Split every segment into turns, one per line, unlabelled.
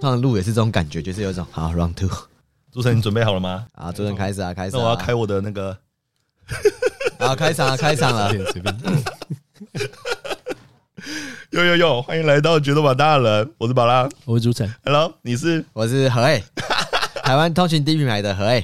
通常录也是这种感觉，就是有一种好 round two
主持人，你准备好了吗？
啊，主持人开始啊，开始、
那
啊，
我要开我的那个，
好， 开场啊，开场了
随，便随便，
哟哟哟，欢迎来到决斗吧大人，我是宝拉
我是主持人，
，Hello，你是
我是何 诶，台湾通勤第一品牌的何哎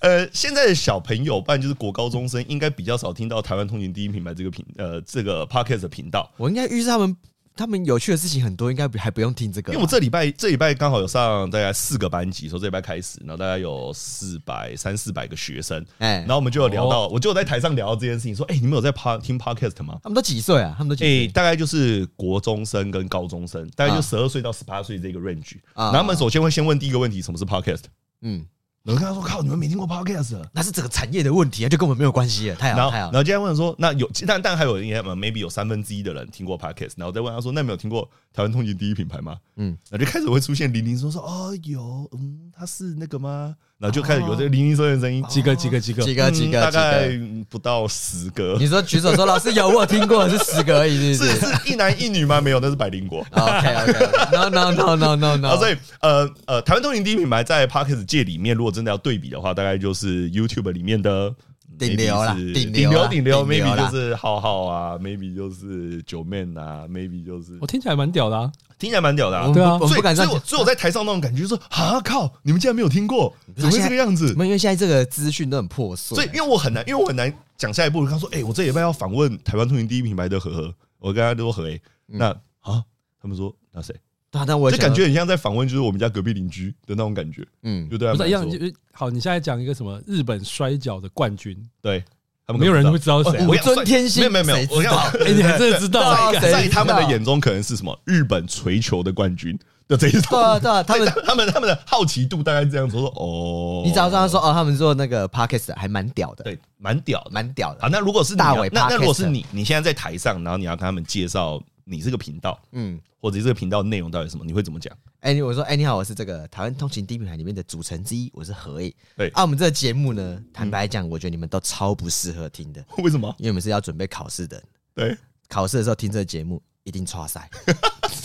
诶，
呃，现在的小朋友，不然就是国高中生，应该比较少听到台湾通勤第一品牌这个频呃这个 podcast 的频道，
我应该预示他们，他们有趣的事情很多，应该不还不用听这个
因
吧，
为我这礼拜这礼拜刚好有上大概四个班级，从这礼拜开始，然后大概有四百三四百个学生，
哎、
然后我们就有聊
哦
到，我就有在台上聊到这件事情，说，哎、你们有在 p 听 podcast 吗？
他们都几岁啊？他们都几
诶、
岁、
大概就是国中生跟高中生，大概
啊
就十二岁到十八岁这个 range。
啊
然后他们首先会先问第一个问题，什么是 podcast？
嗯，
然后跟他说：“靠，你们没听过 podcast？”
那是整个产业的问题啊，就跟我们没有关系了，太
然
好
后，
了太好
然
了，
后接下来问说：“那有，但但还有应该 maybe 有三分之一的人听过 podcast。”然后再问他说：“那没有听过台湾通勤第一品牌吗？”
嗯
嗯，那就开始会出现零零说说：“哦，有，嗯，他是那个吗？”然后就开始有这个零零说的声音，
几个几个几个
哦几个
嗯
几个
大
几
概
个，
不到十个
你，说举手说老师有，我有听过，是十个而已，是 哦
是
不是
是一男一女吗？没有，那是百灵果。
？OK OK No No No No No
啊，
No，
所
以
以呃呃，台湾通勤第一品牌在 Parkes 界里面，如果真的要对比的话，大概就是 YouTube 里面的
顶流啦
maybe 是
顶
顶
流
流
啦
顶流
顶流
，maybe
啦
就是浩浩啊，maybe 就是九妹啊，maybe 就是
我听起来蛮屌的啊，
听起来蛮屌的、啊
我。
对啊
们不我
所
们
以
不，敢这
所以
样
我
讲。
所以我在台上那种感觉，就是说啊靠，你们竟然没有听过，怎么会这个样子
我？们因为啊现在这个资讯都很破碎，啊
所以，因为我很难，因为我很难讲下一步。我跟他说，哎、我这礼拜要访问台湾通勤第一品牌的何何，我跟他说何 A，那啊，他们说那谁，
对啊，但嗯我也
就
想
感觉很像在访问，就是我们家隔壁邻居的那种感觉，
嗯，
就对他
不
们
是
来
一样
说
就是好，你现在讲一个什么日本摔跤的冠军，
对他们
没有人
可能不
会
知
知道是
道
谁啊
我。
武尊天心
没有没有没
谁
有
知，
我
道
要
哎，你还真的知道啊？
对
干
谁
在他们
知道
的眼中可能是什么日本锤球的冠军的这一
对
种，
啊对啊，他们
他们他们的好奇度大概这样子，我说哦，
你只要这样说哦，他们做那个 podcast 还蛮屌的，，
对，蛮屌的。
蛮屌的
好，。那如果是你
大
要
伟
那那如果
Podcast
是你，你现在在台上，然后你要跟他们介绍你这个频道
嗯，
或者这个频道内容到底是什么，你会怎么讲？
哎、我说哎、你好，我是这个台湾通勤第一品牌里面的主持人之一，我是何毅。
对嗯
啊，我们这个节目呢，坦白讲，我觉得你们都超不适合听的，
为什么？
因为我们是要准备考试的，
对，
考试的时候听这个节目。一定错 塞，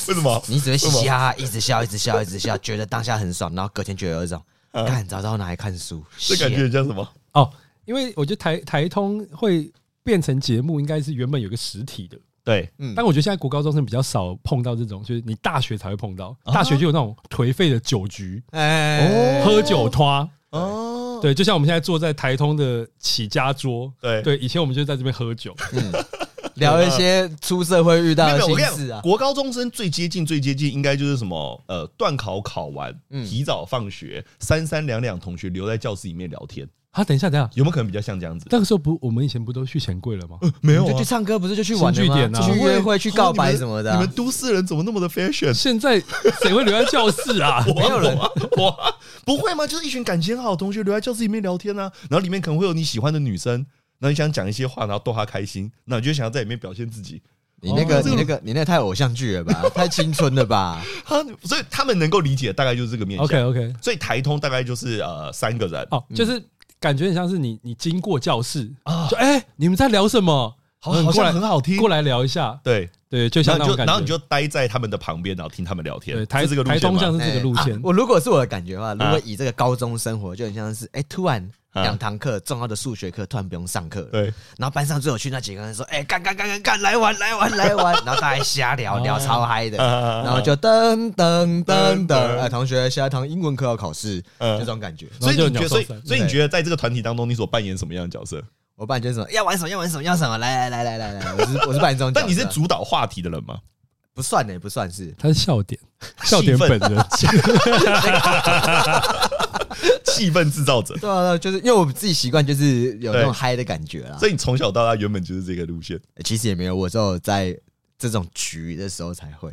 为什么？
你只会嘻嘻哈哈，一直笑，一直笑，一直笑，觉得当下很爽，然后隔天就有一种，干早知道拿来看书，
嗯这感
shit
觉像什么？
哦，因为我觉得台台通会变成节目，应该是原本有个实体的，
对，
嗯
但我觉得现在国高中生比较少碰到这种，就是你大学才会碰到，大学就有那种颓废的酒局、
哎，
喝酒拖。
哦，
对，就像我们现在坐在台通的起家桌，
对
对，以前我们就在这边喝酒，
聊一些出社会遇到
没有
的
没有，我
心
跟你
事
讲，
啊，
国高中生最接近最接近应该就是什么呃，段考考完，
嗯
提早放学，三三两两同学留在教室里面聊天，
啊，等一下，等一下，
有没有可能比较像这样子？
那个时候不，我们以前不都去钱柜了吗？
没有
你就
啊哦
去，唱歌，不是就去玩了
新据点
吗？
啊
去约会、去告
你
白
们
什么的
你
啊
们。都市人怎么那么的 fashion？
现在谁会留在教室啊？
我
没有人
我我我不会吗？就是一群感情好的同学留在教室里面聊天啊，然后里面可能会有你喜欢的女生，然后你想讲一些话，然后逗她开心，那你就想要在里面表现自己
你那个、
哦
你那个、你那个太偶像剧了 吧？太青春了吧？
啊，所以他们能够理解大概就是这个面向。
OK OK，
所以台通大概就是呃三个人，
哦，就是感觉很像是你你经过教室
啊
就哎、你们在聊什么？
好
嗯
好
过
像
来
很好听
过，来聊一下，
对，
对，就像
然
那
后你就
种感觉。
然后你就待在他们的旁边，然后听他们聊天，
对台
是这个路
台
线
东
吗
像是这个路
哎啊
线，
我如果是我的感觉的话，如果以这个高中生活，就很像是哎、突然
啊
两堂课重要的数学课突然不用上课了，
对，
然后班上最有趣那几个人说，哎、干干干干干，来玩来玩来玩，然后大家瞎
哦
聊聊超嗨的，
然
然后就噔噔噔噔，
噔噔
哎，同学下一堂英文课要考试，
嗯
就这种感觉。
所以你觉得，所以
然后就鸟兽散
所以你觉得在这个团体当中，你所扮演什么样的角色？
我扮演就是什么要玩什么要玩什么要什么，来来来来来来，我是我是扮演这种角色，啊
但你是主导话题的人吗？
不算欸呢、不算是。
他是笑点，笑点本人，
气氛制造者，
对 啊，对啊就是因为我自己习惯，就是有那种
对
嗨的感觉啦。欸
所以你从小到大原本就是这个路线，
其实也没有，我只有在这种局的时候才会，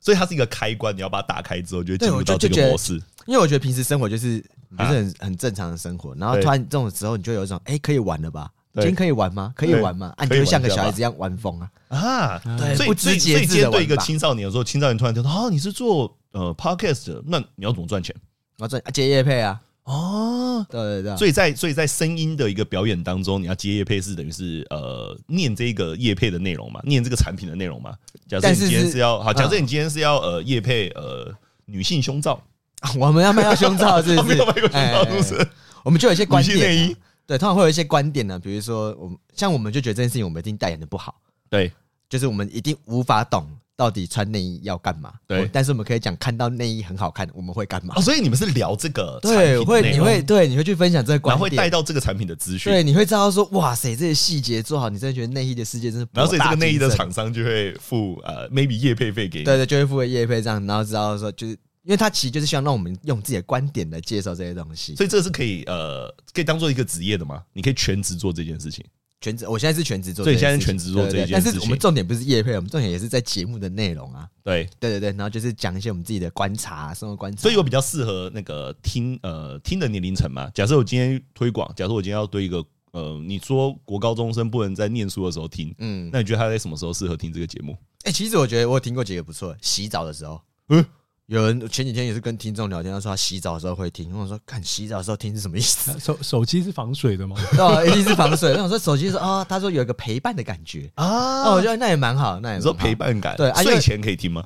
所以它是一个开关，你要把它打开之后，就会
对
进入
我就
到这
就觉
个
得
模式。
因为我觉得平时生活就是不
啊
是很、很正常的生活，然后
对
突然这种时候，你就有一种哎、可以玩了吧？今
对
天可以玩吗？可以玩吗？啊，你就
可以
会
玩
像个
一下
小孩
吧
子一样玩疯啊！
啊，
对
所
不
以
知
所以所
节制
以
的
今天对一个
玩法
青少年的时候，青少年突然听到啊，你是做呃 podcast，的那你要怎么赚钱？
然后说啊接夜配啊，
哦，
对对对，
所以在所以在声音的一个表演当中，你要接叶配是等于是呃念这个叶配的内容嘛，念这个产品的内容嘛。假设
但
你
是啊
今天
是
是要好，假设
嗯
你今天是要呃叶配呃女性胸罩，
啊我们要卖到胸罩是
哦
不
没
是
有卖过？胸
哎
罩是不是？
我们就有一些观
女性内
点
衣
啊，对，通常会有一些观点啊呢，比如说我们像我们就觉得这件事情我们一定代言的不好，
对，
就是我们一定无法懂到底穿内衣要干嘛。
对
我但是我们可以讲看到内衣很好看，我们会干嘛
哦，？所以你们是聊这个产
对，
品的
会
内
你
容
会对你会去分享这个
然
观
后会带
点，
到这个产品的资讯，
对，你会知道说哇塞，这些细节做好，你真的觉得内衣的世界真是博
然后所以这
大
个内衣
精
的
深
厂商就会付呃 maybe 业配费给你，
对对，就会付给叶配这样，然后知道说就是因为他其实就是希望让我们用自己的观点来介绍这些东西。
所以这是可以呃可以当做一个职业的吗？你可以全职做这件事情，
全职，我现在是全职做
所
这
以
件事情，
现在是全职做
对对
这件
但是
事
我们
情
重点不是叶配，我们重点也是在节目的内容啊。
对，
对对对，然后就是讲一些我们自己的观察、啊生活观察。
所以我比较适合那个听呃听的年龄层嘛。假设我今天推广，假设我今天要对一个呃，你说国高中生不能在念书的时候听，
嗯，
那你觉得他在什么时候适合听这个节目？
哎、其实我觉得我有听过几个不错的，洗澡的时候，
嗯
嗯，有人前几天也是跟听众聊天，他说他洗澡的时候会听，我说看洗澡的时候听是什么意思？
手手机是防水的吗？
对啊，一定是防水。那我说手机说啊、哦，他说有一个陪伴的感觉，哦，我
啊
觉，得那也蛮好，那也
你
蛮
说
好
陪伴感，
对啊因为
睡前可以听吗？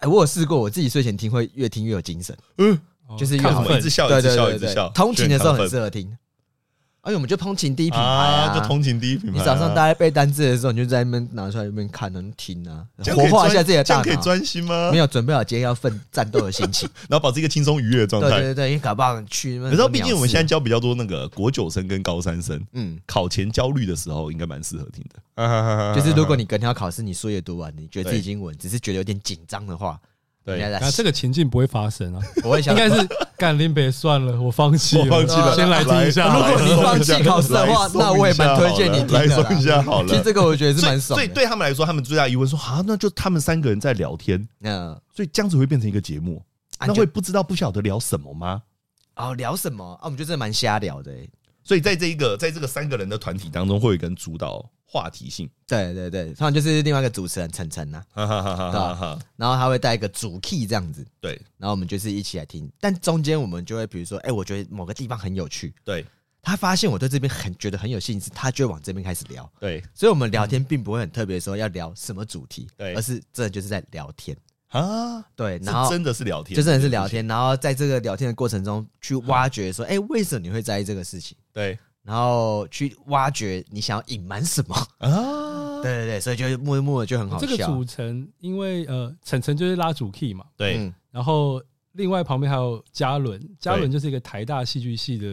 哎、我有试过，我自己睡前听会越听越有精神，
嗯，
就是越
看
好
亢
粉
奋，一直笑，
对
一直
对
笑，
对
一直
对
笑
对，，通勤的时候很适
合
合听。而且我们就通勤第一品牌
啊，
啊，
就通勤第一品牌
你
啊。
早上大家背单字的时候，你就在那边拿出来一边看，能听啊，
这样可
活
以
化一
专
下自己的
这
大
样可以
脑。
专心吗？
没有准备好今天要奋战斗的心情，
然后保持一个轻松愉悦的状
对对
态。
对对，因为搞不好去那
你
边很多鸟事。
知道，毕竟我们现在教比较多那个国九生跟高三生，
嗯，
考前焦虑的时候，应该蛮适合听
啊
的。
就是如果你隔天要考试，你书也读完，你觉得自己已
对
经稳，只是觉得有点紧张的话，
对
人家
那
在
这个情境不会发生啊，
我会 想
应，该是干林北算了，我放弃
我放弃了，
先来听一下
来
好了。
如果你放弃
来
考试的话
来送
那我也
一下
蛮推荐你
好了
听的
来
啦
送一下好
其实
了。
这个我觉得是蛮爽
所以
的。
对他们来说，他们最大疑问说：啊，那就他们三个人在聊天，
嗯，
所以这样子会变成一个节目，
啊
那
就
会不知道不晓得聊什么吗？
哦聊什么啊？我们就真的蛮瞎聊的欸。
所以在这一个在这个三个人的团体当中，会有一个人主导话题性。
对对对，通常就是另外一个主持人晨晨呐，啊
哈哈哈哈哈哈！
然后他会带一个主 key 这样子，
对
然后我们就是一起来听。但中间我们就会比如说，哎、我觉得某个地方很有趣，
对
他发现我对这边很觉得很有兴趣，他就会往这边开始聊。
对
所以我们聊天并不会很特别说要聊什么主题，
对
而是真的就是在聊天，
啊，
对，
是
然后
真的是聊天，
就真的是聊天，然后在这个聊天的过程中去挖掘说，哎、为什么你会在意这个事情？
对
然后去挖掘你想要隐瞒什么，
啊
对，对对，所以就是默默的就很好
这
笑，
个组成，因为呃，晨晨就是拉主 key 嘛，
对，
嗯
然后另外旁边还有嘉伦，嘉伦就是一个台大戏剧系的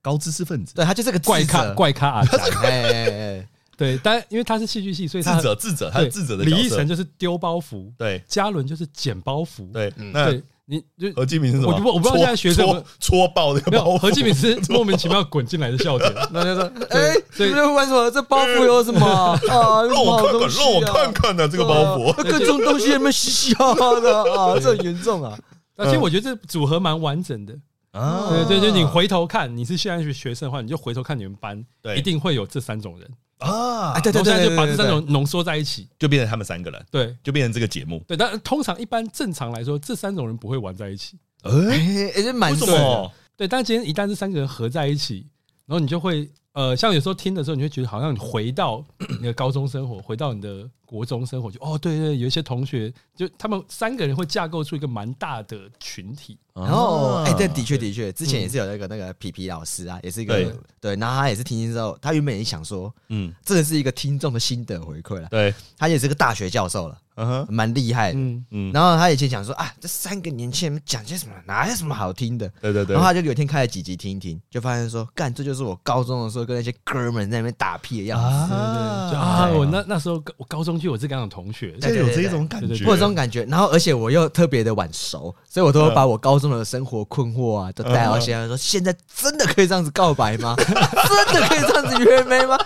高知识分子，
对他就是个
怪
智
咖
者，
怪咖 阿宅，
哎哎哎哎，
对，但因为他是戏剧系，所以他
智者智者，他
对
是智者的
李
角
义
色
成。就是丢包袱，
对
嘉伦就是捡包袱，
对，
嗯
那
对你就
呃
何金明是什么？
我不我不知道
戳
现在学生有没有
戳戳爆那个
没
包
有
袱
何敬敏是莫名其妙滚进来的笑点，
那就说，
对
哎，
所以
你们玩什么？这包袱有什么啊？ 有什
让
么
我
好
看看，
东西啊
让我看看呢、这个包袱。
对啊那各种东西有没有嘻嘻哈哈的啊？这很严重啊！
而且我觉得这组合蛮完整的。
啊
对对，就你回头看，你是现在是学生的话，你就回头看你们班，
对
一定会有这三种人。
啊
哎，，对对
我现在
对
就把这
对
三
对，
种浓缩在一起。
就变成他们三个人，
对
就变成这个节目。
对，但通常一般正常来说，这三种人不会玩在一起。
哎、
哎，哎这蛮
为什
神的
么？
对，但今天一旦这三个人合在一起，然后你就会呃，像有时候听的时候，你会觉得好像你回到你的高中生活，回到你的国中生活，就哦，对对，有一些同学就他们三个人会架构出一个蛮大的群体。
哦
然后，哎、对，的
底
确的确，之前也是有那个那个皮皮老师啊，也是一个
嗯对
对，然后他也是听听之后，他原本也想说，
嗯，
这个是一个听众的心得回馈了，
对，
他也是个大学教授了，
嗯哼，
蛮厉害的。
嗯，
嗯，
然后他以前想说啊，这三个年轻人讲些什么，哪有什么好听的？
对对对
然后，他就有一天开了几集听一听，就发现说，干，这就是我高中的时候跟那些哥们在那边打屁的样
啊
子，
对对，就啊，我那那时候我高中就有这两种同学，
就哎有这种感
对
觉，
对
我有这种感觉。然后，而且我又特别的晚熟，所以我都
嗯
会把我高中的生活困惑啊，都带到现在说，现在真的可以这样子告白吗？ 真的可以这样子约妹吗？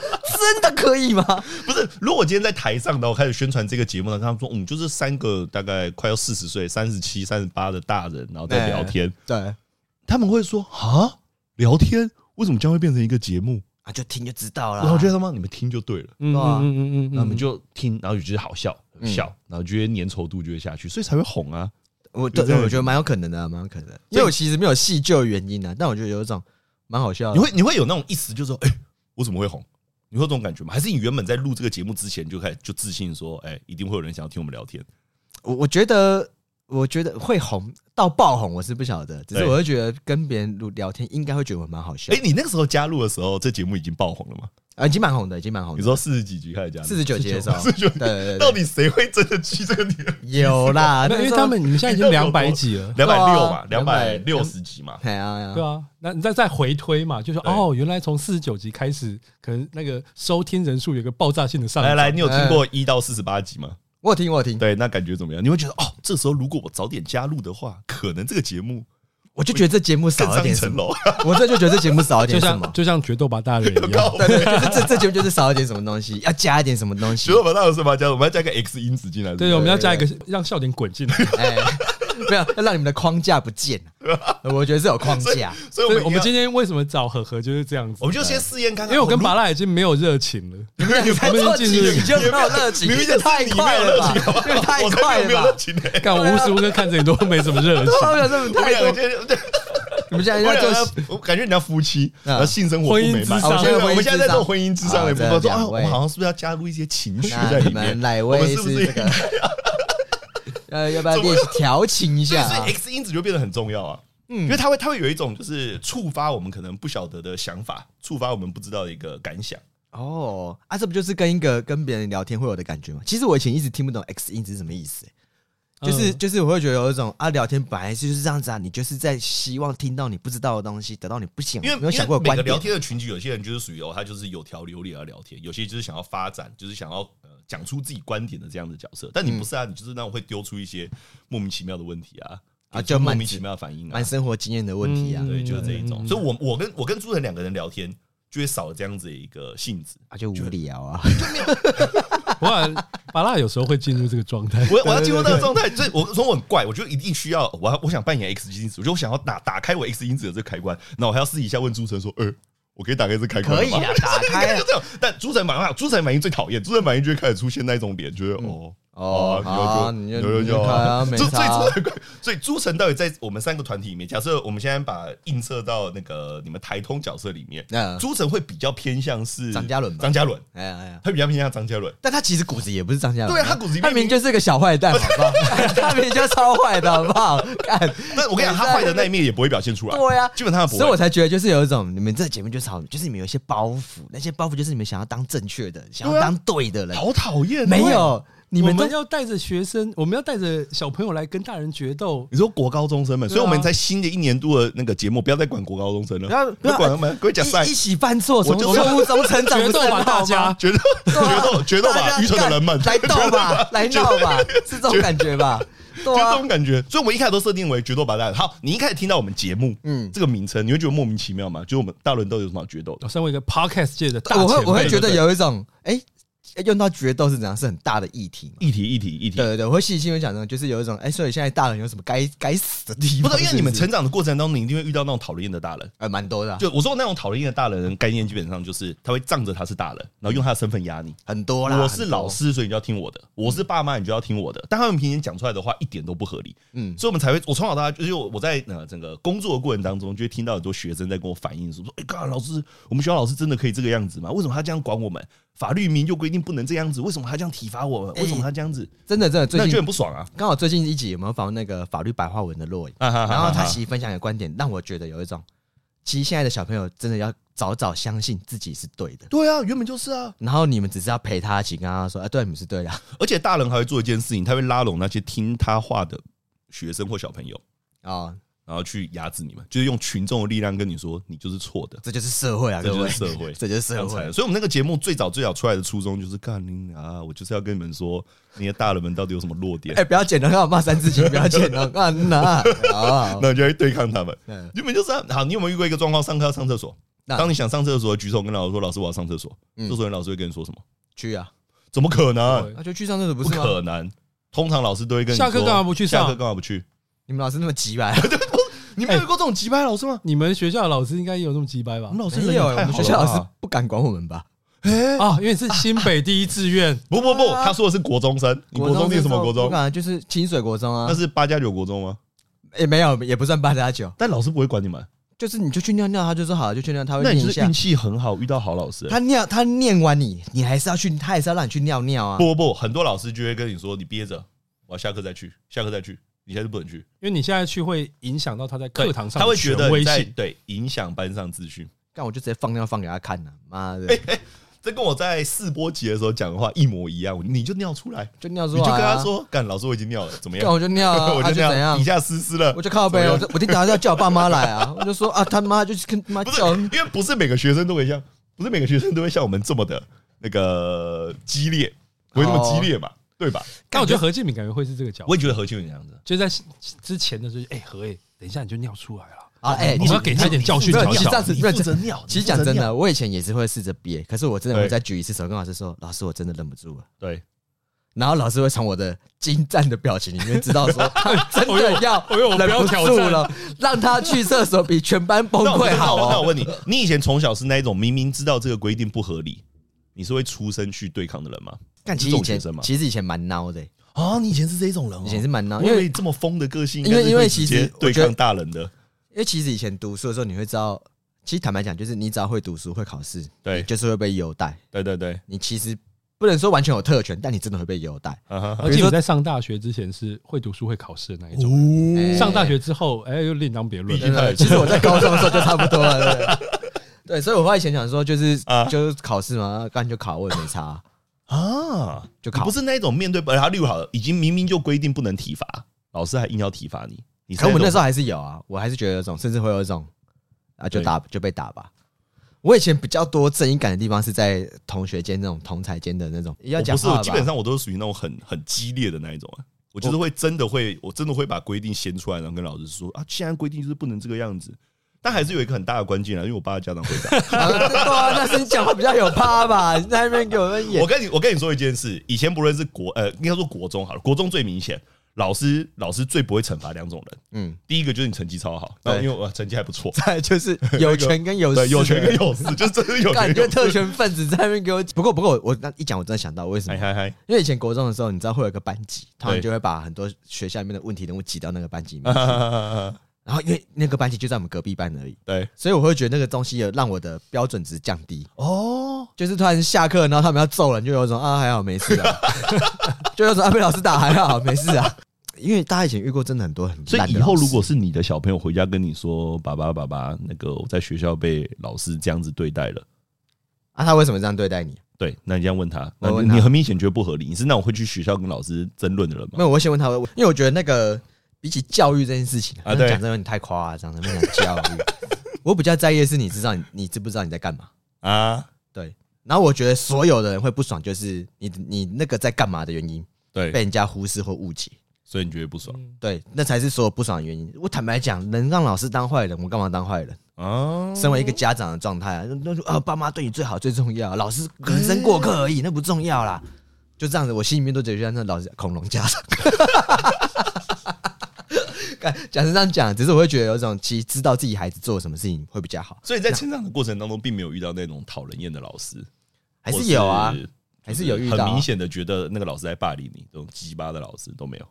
真的可以吗？
不是，如果我今天在台上，然后开始宣传这个节目呢，跟他们说，嗯，就是三个大概快要四十岁、三十七、三十八的大人，然后在聊天，
哎
对
他们会说啊，聊天为什么将会变成一个节目？
啊，就听就知道了。
然后我觉得他妈你们听就对了，
嗯
对啊
嗯嗯嗯嗯，
然后你们就听，然后就觉得好笑笑，然后觉得粘稠度就会下去，所以才会红啊。
我对
有这，样
我觉得蛮有可能的啊，蛮有可能的。因为我其实没有细究原因啊，但我觉得有一种蛮好笑
你
的。
会你会有那种意思，就是说，哎、我怎么会红？你会有这种感觉吗？还是你原本在录这个节目之前就开始就自信说，哎、一定会有人想要听我们聊天？
我我觉得。我觉得会红到爆红，我是不晓得，只是
对
我会觉得跟别人聊天应该会觉得我蛮好笑
哎、，你那个时候加入的时候，这节目已经爆红了吗？
啊，已经蛮红的，已经蛮红
你
的。
说四十几集开始加入，
四十九集的时候，对对对
到
对，
底谁会真的去这个女人？
有啦，
没有因为他们你们现在已经两百几 了，
两百六嘛，
对
两
啊
百六十集嘛，
哎呀
对，啊，那你再再回推嘛，就说
对
哦，原来从四十九集开始，可能那个收听人数有个爆炸性的上
来
涨。
来，你有听过一到四十八集吗？
我有听我有听，
对，那感觉怎么样？你会觉得哦，这时候如果我早点加入的话，可能这个节目
我就觉得这节目
更
少一
上一
点什
层
么，
楼。
我这就觉得这节目少一
就
点什
像
么，
就像决斗吧大人一 样，
对对，就是这这节目就是少一点什么东西，要加一点什么东西
学，我们那有什么加？我们要加个 X 因子进来。
对，
是
我
不
们
是
要加一个让笑点滚进来。
哎，没有要让你们的框架不见，我觉得是有框架，
所以
所以
我
我
们
们
今
今天为什么找呵呵就是这样子
我，们就先试验看看。
因为我跟
哦
巴拉已经没有热情了。
你们俩才做几集就没有热情，
明明就
这
是
太
你没有
快了吧
热情好不好，
这个太
我才
快
没有没有
了
热
吧，
情 欸
干，我无时无刻看着你都没什么热情。
我想这么
我们
太
两个
多，
今天，
你们现在
我们
要
两
做
个，我感觉你要夫妻，然后性生活不
婚姻
美满。
至上
啊我现在我们现在在
婚姻至上
做婚姻之上的部
好
分，
这
说
两
啊，我
位
们好像是不是要加入一些情绪
那
在
你
里
们
面？
哪
我
位
们是不是
这个？呃，要不要练习调情一
对，
下
所
啊
以？X 因子就变得很重要啊。因为它会，它会有一种就是触发我们可能不晓得的想法，触发我们不知道的一个感想。
哦，啊，这不就是跟一个跟别人聊天会有的感觉吗？其实我以前一直听不懂 X 因子是什么意思、欸就是
嗯
就是我会觉得有一种啊，聊天本来就是这样子啊，你就是在希望听到你不知道的东西，得到你不想
因为
没有想过
因
的观
为每个
点
聊。天的群体，有些人就是属于哦，他就是有条有理而聊天，有些就是想要发展，就是想要呃讲出自己观点的这样的角色。但你不是啊，你就是那种会丢出一些莫名其妙的问题啊，
啊
给出
就慢
莫名其妙的反应啊
蛮，生活经验的问题啊，
嗯
对，就是这一种。
嗯
所以我我跟我跟朱晨两个人聊天，就会少了这样子的一个性质。
啊就无聊啊，
不然巴拉有时候会进入这个状态。
我我要进入那个状态，所以我说我很怪，我就一定需要，我要我想扮演 X 因子，我就想要打打开我 X 因子的这个开关，那我还要私底下问朱晨说，呃，我 可以打开这个开关吗
可以啊， 打开啊
就这种，但朱晨反应，朱晨反应最讨厌，朱晨反应就会开始出现那一种脸，就是哦。
哦，
啊
好，
有
你
有
就
有
你
有
就看 啊，没
所以
差啊
所以朱，晨所以朱晨到底在我们三个团体里面，假设我们现在把映射到那个你们台通角色里面，
那
朱晨会比较偏向是
嗯张嘉伦吧
张嘉伦，
哎呀哎呀，
他比较偏向张嘉伦，
但他其实骨子也不是张家伦，
对啊他骨子里面
他明明就是个小坏蛋，好不好？ 他明明就超坏的，好不好？看。
但我跟你讲，他坏的那一面也不会表现出来，
啊对啊
基本上不
所以我
会。
才觉得就是有一种你们这节目就是好，就是你们有一些包袱，那些包袱就是你们想要当正确的，想要当对的人，
啊好讨厌，哦
没有你
我
们都
们要带着学生，我们要带着小朋友来跟大人决斗。
你说国高中生们，
对啊
所以我们在新的一年度的那个节目，不要再管国高中生了，
不要
不要管他们，各位讲赛
一一，起犯错，从
就是
错误中成长，
决
不
斗
是
吧，
很好
大
吗
家！
决斗，决斗，决斗
啊大
吧，
家
愚蠢的人们，
干来 斗吧，来闹吧，啊是这种感觉吧？
就
对
这
啊
种，感觉。所以我们一开始都设定为决斗吧大人。好，你一开始听到我们节目，嗯
嗯，
这个名称，你会觉得莫名其妙吗？就是我们大轮斗有什么好决斗的？
我身为一个 podcast 界的大
我
前
会
辈，
我会觉
对对
得
对
有一种哎，用到决斗是怎样，是很大的议题嘛。
议题，议题，议题
对。对对，我会细心会讲呢，就是有一种哎，所以现在大人有什么该该死的地
不
方？
是，因为你们
是
成长的过程当中，你一定会遇到那种讨人厌的大人。
呃蛮多的啊，
就我说那种讨人厌的大人，概念基本上就是他会仗着他是大人，然后用他的身份压你。
很多啦。
我是
很多
老师，所以你就要听我的；我是爸妈，你就要听我的。但他们平时讲出来的话一点都不合理，嗯，
嗯
所以我们才会，我从小到大就是我在呃整个工作的过程当中，就会听到很多学生在跟我反映说：“哎，干老师，我们学校老师真的可以这个样子吗？为什么他这样管我们？法律明明就规定不能这样子，为什么他这样体罚我们？
哎
为什么他这样子？
真的真的，最
那你
近
就很不爽啊！”
刚好最近一集有没有访问那个法律白话文的洛影？
啊哈哈哈
然后他其实分享一个观点，让我觉得有一种，其实现在的小朋友真的要早早相信自己是对的，
对啊，原本就是啊，
然后你们只是要陪他一起跟他说，啊，对，你们是对的啊，
而且大人还会做一件事情，他会拉拢那些听他话的学生或小朋友，
哦，
然后去压制你们，就是用群众的力量跟你说你就是错的。
这就是社会啊，
这
各
就
位
是，社会，
这就是
这
社
样才
会
有。。所以，我们那个节目最早最早出来的初衷就是干你啊，我就是要跟你们说，那些大人们到底有什么弱点
哎、，不要剪了，让我骂三字经，不要剪了，啊那啊，
那你就会对抗他们。
嗯
原本就是啊好，你有没有遇过一个状况，上课要上厕所？
那
当你想上厕所，举手跟老师说：“老师，我要上厕所。”
嗯
这时候老师会跟你说什么？
去啊，
怎么可能？
对
那就去上厕所不
不
是吗？
可能！通常老师都会跟你说
下课干嘛不去上
下课干嘛不去？
你们老师那么急吧？
你没有遇过这种急掰老师吗？
你们学校的老师应该也有那么鸡掰吧
我？们老师人
没
也
有、哎我
太好了
们学校老师
吧
不敢管我们吧？
啊，因为是新北第一志愿，
不不不，
啊
他说的是国中生，你国中是什么国
不
中？
敢啊，就是清水国中啊
那，是八加九国中吗？
也没有，也不算八加九。
但老师不会管你们，
就是你就去尿尿，他就说好，就去尿，他会
那
呃念
你
一
就是
下
运。气很好，遇到好老师。
他尿，他念完你，你还是要去，他还是要让你去尿尿啊。
不不不，很多老师就会跟你说，你憋着，我要下课再去，下课再去。你你现在就不能去，
因为你现在去会影响到他在课堂上
他
的
会觉得
权威
你在
性。
对影响班上秩序。
干我就直接放尿放给他看呐、妈 的，
这跟我在试播集的时候讲的话一模一样，你就尿出来，
就尿出
你
来、啊，
就跟他，说：“干，老师我已经尿了，怎么样
干？”我就尿啊，
我
啊
就
就
这
怎
样，
样
底，下湿湿了
我。就靠背，
怎么样
我就我就等下要叫我爸妈来啊，我就说啊他妈就是跟妈
不是
叫，，
因为不是每个学生都会像，不是每个学生都会像我们这么的那个激烈，不会那么激烈嘛，对吧？
但我觉得何敬敏感觉会是这个角度，
也觉得何庆云这样子，
就在之前的时候，哎、何哎，等一下你就尿出来了
啊哎
我
你
们要给他一点教训
没
教
有，其实这样
教。
子，
你
不是
负责尿
其
你
实讲
负责
真的，
尿
我以前也是会试着憋，可是我真的
对
会再举一次手，跟老师说，老师我真的忍不住了。
对，
然后老师会从我的精湛的表情里面知道说，他真的要
哎呦我不要
忍不
挑
住
战
了，让他去厕所比全班崩
那我
溃好
那我那我
哦。
问你，你以前从小是那一种明明知道这个规定不合理，你是会出声去对抗的人吗？
但其
是
实
这
以
种学
前
生吗？
其实以前蛮孬的，
啊，你以前是这种人哦
以前是蛮孬，
我
因
以
为
为这么疯的个性，
因为
应该是
因为
会
其
直接
实我
对
觉得
抗大人的，
因为其实以前读书的时候，你会知道，其实坦白讲，就是你只要会读书、会考试，
对
就是会被优待。
对对对，
你其实不能说完全有特权，但你真的会被优待。
啊哈哈
而且我在上大学之前是会读书会考试的那一种，
嗯
哎
上大学之后，哎、又另当别论
毕竟
了。
真的，其实我在高中的时候就差不多了。对不对对，所以我以前想说，就是
啊
就是考试嘛，干就考，我也没差。
啊，
就
你
考
不是那种面对，呃，他例如好了，已经明明就规定不能体罚，老师还硬要体罚你，你
可我那时
候
候还是有啊，我还是觉得有种，甚至会有一种啊，就
对
打就被打吧。我以前比较多正义感的地方是在同学间那种同才间的那种，要
我
讲
不是，
话
我
吧
基 本上我都是属于那种很很激烈的那一种啊，我就是会真的会，我真的会把规定掀出来，然后跟老师说啊，现在规定就是不能这个样子。但还是有一个很大的关键啊，因为我爸的家长会 长。
啊对啊，那是你讲话比较有趴吧？你在那边给我们演
我，跟你我跟你说一件事，以前不论是国呃，应该说国中好了，国中最明显，老师老师最不会惩罚两种人，
嗯，
第一个就是你成绩超好，那因
对
为我成绩还不 错，
再来就是有权跟有势，
对，有权跟有势，就是真的是有权
感
有
觉
势。
特权分子在那边给我。不过不过我我那一讲我真的想到为什
嗨
么？
哎嗨嗨，
因为以前国中的时候，你知道会有一个班级，他们
对
就会把很多学校里面的问题人物挤到那个班级里 面
啊
去
哈。哈哈哈
然后因为那个班级就在我们隔壁班而已，
对，
所以我会觉得那个东西有让我的标准值降低。
哦，
就是突然下课，然后他们要揍人，就有一种啊还好没事啊， 就有一种啊被老师打还好没事啊。因为大家以前遇过真的很多很烂的
所以以
老
后
师
如果是你的小朋友回家跟你说，爸爸爸爸，那个我在学校被老师这样子对待了，
啊他为什么这样对待你？
对，那你这样问他，那
我问
你
他
你很明显觉得不合理，你是那种会去学校跟老师争论的人
没
吗？
有，我先问他，因为我觉得那个比起教育这件事情
啊
啊，
对
讲真的有点太夸张了，没讲教育。 我比较在意的是你知道你你知不知道你在干嘛？
啊，
对。然后我觉得所有的人会不爽，就是你你那个在干嘛的原因被
对，
人家忽视或误解，
所以你觉得不爽
嗯
对，那才是所有不爽的原因。我坦白讲，能让老师当坏人，我干嘛当坏人？
啊？
身为一个家长的状态啊，那那就啊，爸妈对你最好最重要，老师可能生过客而已，那不重要啦。就这样子，我心里面都觉得像那老师恐龙家长。 干讲是这样讲，只是我会觉得有一种其实知道自己孩子做什么事情会比较好，
所以在成长的过程当中，并没有遇到那种讨人厌的老师，
还
或
是
是
有啊
就，是
还是有遇到啊、
很明显的觉得那个老师在霸凌你，这种鸡巴的老师都没有。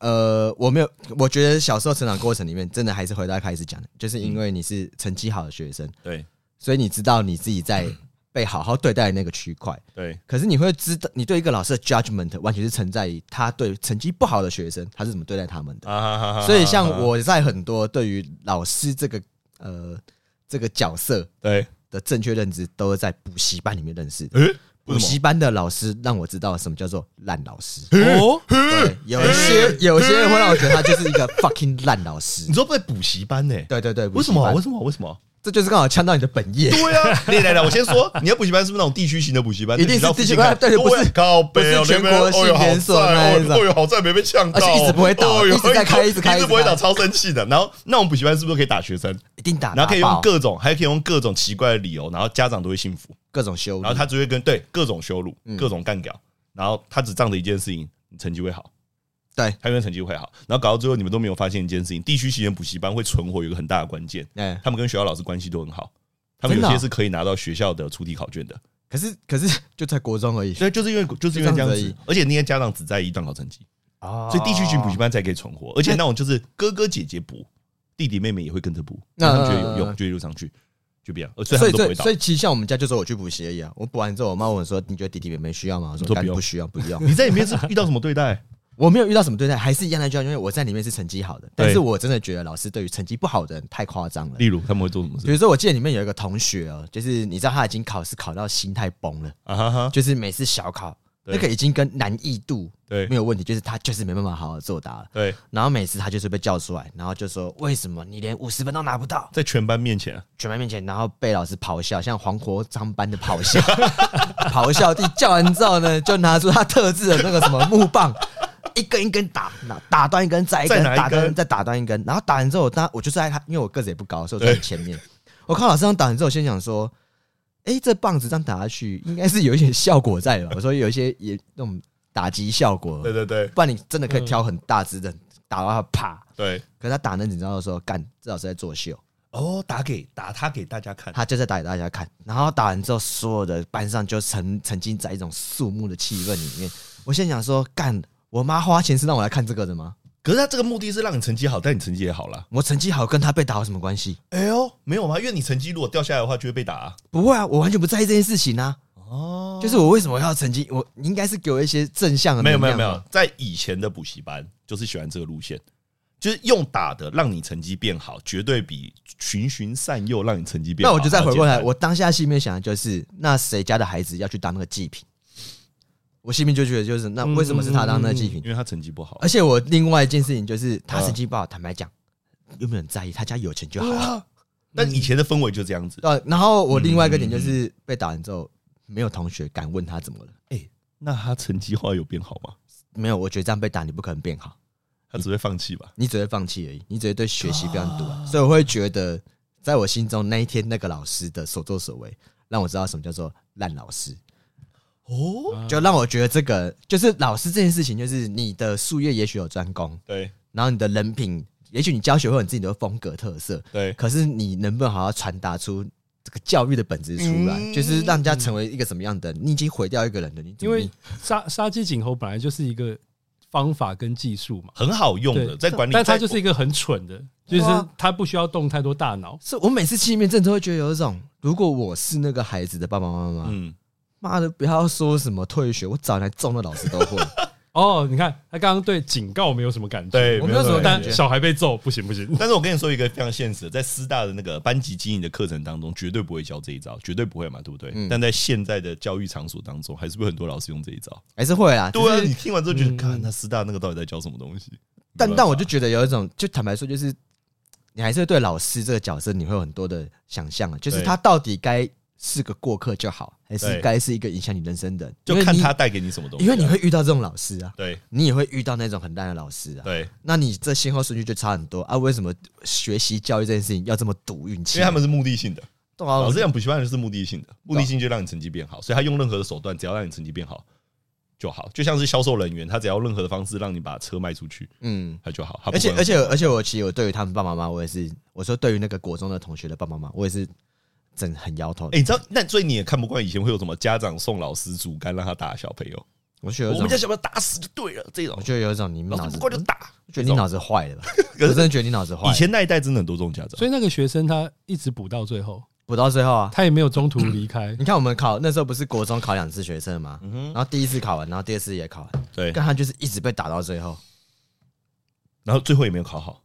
呃，我没有，我觉得小时候成长过程里面，真的还是回到开始讲的，就是
嗯
因为你是成绩好的学生，
对
所以你知道你自己 在被好好对待的那个区块。
对，
可是你会知道，你对一个老师的 judgment 完全是存在于他对成绩不好的学生，他是怎么对待他们的。
啊
所以，像我在很多对于老师这个呃这个角色
对，
的正确认知，都是在补习班里面认识的。
诶，
补习班的老师让我知道什么叫做烂老师。
嗯
哦，
对，有一些有一些人会让我觉得他就是一个 fucking 烂老师
你。 说在补习班呢？
对对对，补
为
习
什
班
么啊？为什么啊？为什么啊？
这就是刚好呛到你的本业。
对啊， 来来来，我先说，你的补习班是不是那种地区型的补习班？
一定是地区班
对，
对不是
高北哦
不是全
那边
国性
哦哟好
连锁
赞
那一种
哦哟，好在没被呛到，
而且一直不会倒
哦哟
一直在开一直开
一直不会
一直
倒，
开
超生气的。然后那种补习班是不是可以打学生？
一定打，
然后可以
打
用
爆
各种，还可以用各种奇怪的理由，然后家长都会信服。
各种修理
然后他只会跟对各种羞辱、
嗯
各种干掉，然后他只仗着一件事情，你成绩会好，
对，
他因为成绩会好，然后搞到最后你们都没有发现一件事情，地区型的补习班会存活有一个很大的关键，
哎，
他们跟学校老师关系都很好，他们有
真的啊
些是可以拿到学校的出题考卷的，
可是可是就在国中而已
所以就是因为就是因为这样
就这样
子
子，
而且那些家长只在意段考成绩，
啊
所以地区型补习班才可以存活，而且那种就是哥哥姐姐补，弟弟妹妹也会跟着补，
那
他们觉得有用就一路上去，就不一样，呃嗯所以他
所以
们都不
所
会
以
倒
所。以其实像我们家就说我去补习而已啊，我补完之后，我妈问我说：“你觉得弟弟妹妹需要吗？”我
你说
说：“
不
干
用
不需要，不用。
你在里面是遇到什么对待？
我没有遇到什么对待，还是一样的教育，因为我在里面是成绩好的，但是我真的觉得老师对于成绩不好的人太夸张了。
例如他们会做什么
比
事？
如说，我记得里面有一个同学哦，就是你知道他已经考试考到心态崩了，
啊哈哈，
就是每次小考
对
那个已经跟难易度
对
没有问题，就是他就是没办法好好作答了。
对，
然后每次他就是被叫出来，然后就说为什么你连五十分都拿不到，
在全班面前啊，
全班面前，然后被老师咆哮，像黄国章般的咆哮。 咆哮帝叫完之后呢，就拿出他特制的那个什么木棒，一根一根打，打打断一根，再一根，
再拿一
打断
根
再打断一根。然后打完之后，我当我就在他，因为我个子也不高，所以我在前面。我看老师这样打完之后，我先想说，哎、这棒子这样打下去，应该是有一点效果在的吧？我说有一些也那种打击效果，
对嗯对对
不然你真的可以挑很大只的打到他啪。
对，
可是他打那你知道说，干，这老师在作秀。
哦，打给打他给大家看，
他就在打给大家看，然后打完之后，所有的班上就沉沉浸在一种肃穆的气氛里面。我现在想说，干，我妈花钱是让我来看这个的吗？
可是他这个目的是让你成绩好，但你成绩也好啦。
我成绩好跟她被打有什么关系？
哎呦，没有吗？因为你成绩如果掉下来的话，就会被打、啊。
不会啊，我完全不在意这件事情啊。
哦，
就是我为什么要成绩？我你应该是给我一些正向的
没有
啊能
没
量
有
吧
没有，在以前的补习班就是喜欢这个路线，就是用打的让你成绩变好，绝对比循循善诱让你成绩变
那
好。
我就再回过来，我
我
当下心里面想的就是，那谁家的孩子要去当那个祭品？我心里面就觉得就是，那为什么是他当那个祭品？
因为他成绩不好
而，且我另外一件事情就是，他
嗯
成绩不好，坦白讲，有没有人在意？他家有钱就好 了。
啊，但以前的氛围就这样子。
呃，然后我另外一个点
嗯
就是被打完之后，没有同学敢问他怎么了。
那他成绩后来有变好吗？
没有，我觉得这样被打你不可能变好，
他只会放弃吧？
你只会放弃而已，你只会对学习非常毒。啊
啊
所以我会觉得，在我心中那一天那个老师的所作所为，让我知道什么叫做烂老师，
哦，
啊
就让我觉得这个就是老师这件事情，就是你的术业也许有专攻，
对
然后你的人品，也许你教学会有你自己的风格特色，
对，
可是你能不能好好传达出这个教育的本质出来，就是让人家成为一个什么样的人？你已经毁掉一个人了，你怎
嗯因
么
为杀杀鸡儆猴本来就是一个方法跟技术嘛，
很好用的，
对
在管理，
但它
在啊
就是一个很蠢的，就是它不需要动太多大脑。
是我每次心里面真的都会觉得有一种，如果我是那个孩子的爸爸妈妈，
嗯，
妈的，不要说什么退学，我找来中的老师都 会。
哦，你看他刚刚对警告没有什么感觉，
对
我没有什么
但
感觉
小孩被揍不行不 行，
但是我跟你说一个非常现实的，在师大的那个班级经营的课程当中，绝对不会教这一招，绝对不会嘛，对不对？
嗯
但在现在的教育场所当中，还是会很多老师用这一招。
还是会啦，
对啊，
就是
你听完之后觉得，
嗯
看、那师大那个到底在教什么东西？
但
没办法
但我就觉得有一种，就坦白说，就是你还是会对老师这个角色，你会有很多的想象啊，就是
对
他到底该是个过客就好，还是
对
该是一个影响你人生的人？
就
因为
看
你
他，带给你什么东西、
因
啊
为你，会遇到这种老师啊，
对
你也会遇到那种很烂的老师啊，
对，
那你这先后顺序就差很多啊。为什么学习教育这件事情要这么赌运气？啊
因为他们是目的性的。
对啊，
老
我
师讲补习班就是目的性的，目的性就让你成绩变好，所以他用任何的手段，只要让你成绩变好就好。就像是销售人员，他只要任何的方式让你把车卖出去，
嗯。
他就好。他不
而且
管
而且而且，我其实我对于他们爸爸妈妈，我也是，我说对于那个国中的同学的爸爸妈妈，我也是真的很摇头
哎、。你知道，那所以你也看不惯以前会有什么家长送老师竹竿让他打小朋友，
我觉得有
我
一
们家
种，
小朋友打死就对了，这种
我觉得有一种你们
老
脑
师
子，
不过就
嗯我
打。
觉得你脑子坏了吧？我
可
真
是
的觉得你脑子坏
以
了。
前那一代真的很多这种家长，
所以那个学生他一直补到最后，
补到最后啊，
他也没有中途离开。
你看我们考那时候不是国中考两次学测吗？然后第一次考完，然后第二次也考完，
对，
但他就是一直被打到最后。
然后最后也没有考好，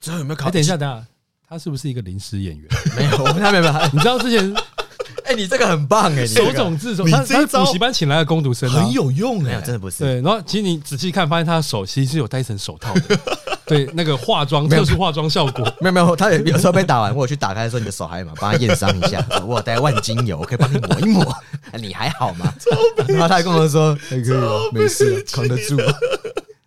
最后有没有考？
哎，等一下，，等一下，他是不是一个临时演员？
没有，我们他没有。哎
你知道之前
哎，你这个很棒 哎，你这
手
个
冢治虫，
你
他
这
他
一
是
招
补习班请来的工读生啊
很，有用
没
哎、
有，真的不是。
对。然后其实你仔细看，发现他的手其实是有戴一层手套的，对，那个化妆
没有
特殊化妆效 果。
没有没有，他有有时候被打完，我有去打开的时候，你的手还有吗？帮他验伤一 下，我有带万金油，我可以帮你抹一抹。你还好吗？然后他还跟我 说还
哎
可以
啊
哦，没事，扛得住。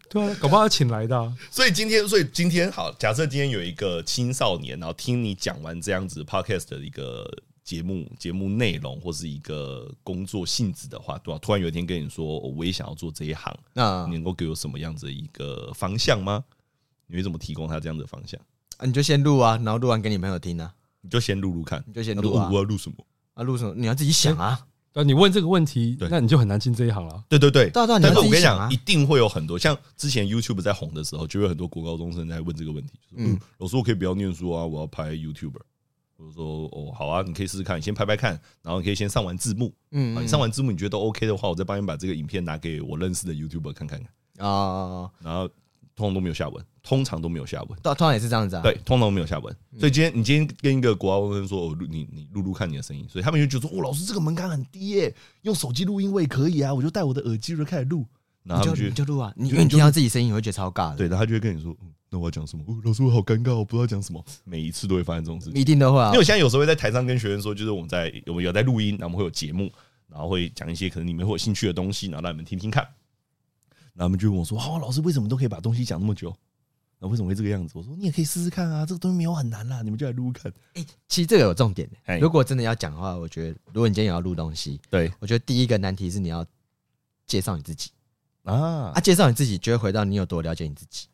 对啊，搞不好他请来的啊。
所以今天，所以今天好，假设今天有一个青少年，然后听你讲完这样子 podcast 的一个节目节目内容或是一个工作性质的话，对吧、突然有一天跟你说，哦我也想要做这一行，
那啊
你能够给我什么样子的一个方向吗？你会怎么提供他这样的方向？
你就先录啊，然后录完给你朋友听啊，
你就先录录看，
你就先
他说
录啊
哦我要录什么？
啊，录什么你要自己想啊。
那你问这个问题
对，
那你就很难进这一行了。
对对对，
对啊对啊
但
你
是
要
我
自己
跟你
想
讲，
啊
一定会有很多像之前 YouTube 在红的时候，就有很多国高中生在问这个问题，就是嗯，老师我可以不要念书啊，我要拍 YouTuber。我就说哦，好啊，你可以试试看，你先拍拍看，然后你可以先上完字幕，
嗯
啊，你上完字幕你觉得都 OK 的话，我再帮你把这个影片拿给我认识的 YouTuber 看看看，
哦，
然后通常都没有下文，通常都没有下文。
通通常也是这样子啊。嗯
对，通常都没有下文，所以今天你今天跟一个国外高中生说，哦录你你录录看你的声音，所以他们就觉得说，哦，老师这个门槛很低耶、用手机录音我也可以啊，我就戴我的耳机就开始录，然
你
后
就
他们就
你就录啊，你
就
因为你
就
听到自己声音，你会觉得超尬的。
对，然后他就会跟你说，嗯那我要讲什么？哦，老师我好尴尬，我不知道讲什么。每一次都会发生这种事情，
一定都会啊
因为。我现在有时候会在台上跟学生说，就是我们在我们有在录音，然后我们会有节目，然后会讲一些可能你们会有兴趣的东西，然后让你们听听看。然后他们就问我说：“哦，老师为什么都可以把东西讲那么久？那为什么会这个样子？”我说：“你也可以试试看啊，这个东西没有很难啦，你们就来录录看。
其实这个有重点
哎
的。如果真的要讲的话，我觉得如果你今天也要录东西，
对”
我觉得第一个难题是你要介绍你自己
啊
啊，，介绍你自己就会回到你有多了解你自己。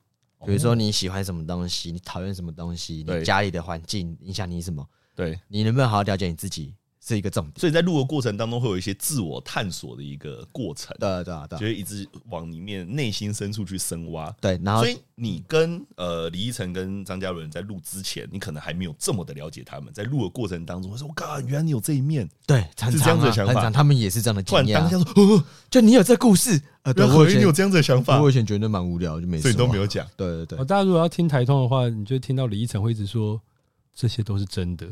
比如说
哦
你喜欢什么东西，你讨厌什么东西，
对
你家里的环境影响你什么，
对，
你能不能好好了解你自己是一个重点。
所以在录的过程当中会有一些自我探索的一个过程，
对啊对啊对
就
啊
会一直往里面内心深处去深挖。
对，然后
所以你跟呃李依晨跟张嘉伦在录之前，你可能还没有这么的了解他们，在录的过程当中，会说：“我靠，原来你有这一面。
对，常
是这
常
样子的
啊
想
很
法
常，他们也是这样的”
突然
经验
当
啊
下。说：“哦，
就你有这故事，呃，对
原来
我
何
以
云
前
你有这样子的想法
我以前觉得蛮无聊，就没，
所以
什
你都
么
没有讲。
对对
哦，
对，
大家如果要听台通的话，你就听到李依晨会一直说这些都是真的，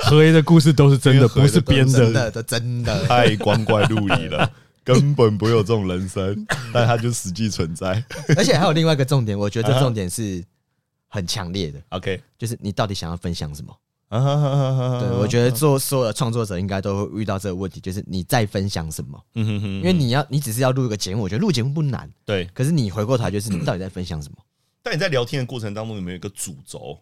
何爷的故事都是真
因为
的，
何
不
爷
是
的故事
编
真
的。
的这真”的。
太光怪陆 离了，根本不会有这种人生，但他就实际存在。
而且还有另外一个重点，我觉得
啊
这重点是很强烈的，
OK，
就是你到底想要分享什么？
啊哈哈哈哈哈
对我觉得做所有的创作者应该都会遇到这个问题，就是你在分享什么？
嗯哼哼哼
因为你要你只是要录一个节目，我觉得录节目不难，
对，
可是你回过头来就是你到底在分享什
嗯
么？
但你在聊天的过程当中有没有一个主轴？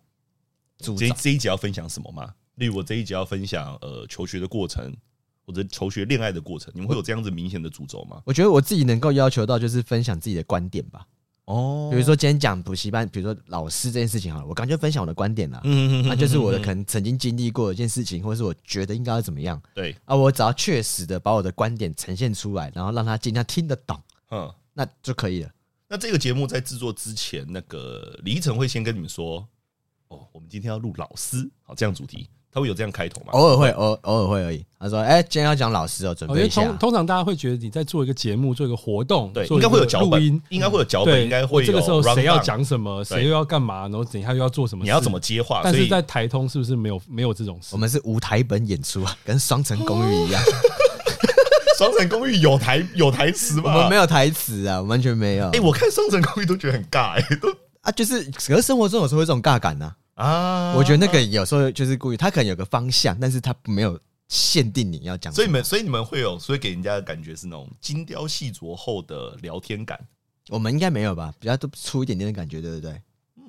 主
这
张
这一集要分享什么吗？例如我这一集要分享呃求学的过程，或者求学恋爱的过程，你们会有这样子明显的主轴吗？
我觉得我自己能够要求到就是分享自己的观点吧，
哦
比如，说今天讲补习班，比如说老师这件事情好了，我刚就分享我的观点啦，
嗯
那啊就是我的可能曾经经历过的一件事情，或是我觉得应该要怎么样
对，
啊，我只要确实的把我的观点呈现出来，然后让他尽量听得懂，
嗯。
那就可以了。
那这个节目在制作之前，那个李依晨会先跟你们说，哦，我们今天要录老师，好，这样主题，他会有这样开头吗？
偶尔会，偶偶尔会而已。他说：“哎、今天要讲老师哦，准
哦因
备
为
一下。
通通常大家会觉得你在做一个节目、做一个活动，
对，
做
应
一
该会有
个
脚
录
本
音，，
应该会有脚
对，
本，应该会有
这个时候谁要
rundown，
讲什么，
对
谁又要干嘛，然后等一下又要做什么，
你要怎么？接话，
但
所
是
以
在台通是不是没有没有这种事
我？们是无台本演出啊，跟《双城公寓》一样，
双城公寓有台有台词
我
吗？
们没有台词啊，完全没有。
哎、我看双城公寓都觉得很尬、哎，都
啊，就是可是生活中有时候会有这种尬感呐、
啊，
我觉得那个有时候就是故意，他可能有个方向，但是他没有限定你要讲什
所
么。
以你们，所以你们会有，所以给人家的感觉是那种精雕细琢后的聊天感。
我们应该没有吧，比较都粗一点点的感觉，对不对？
哎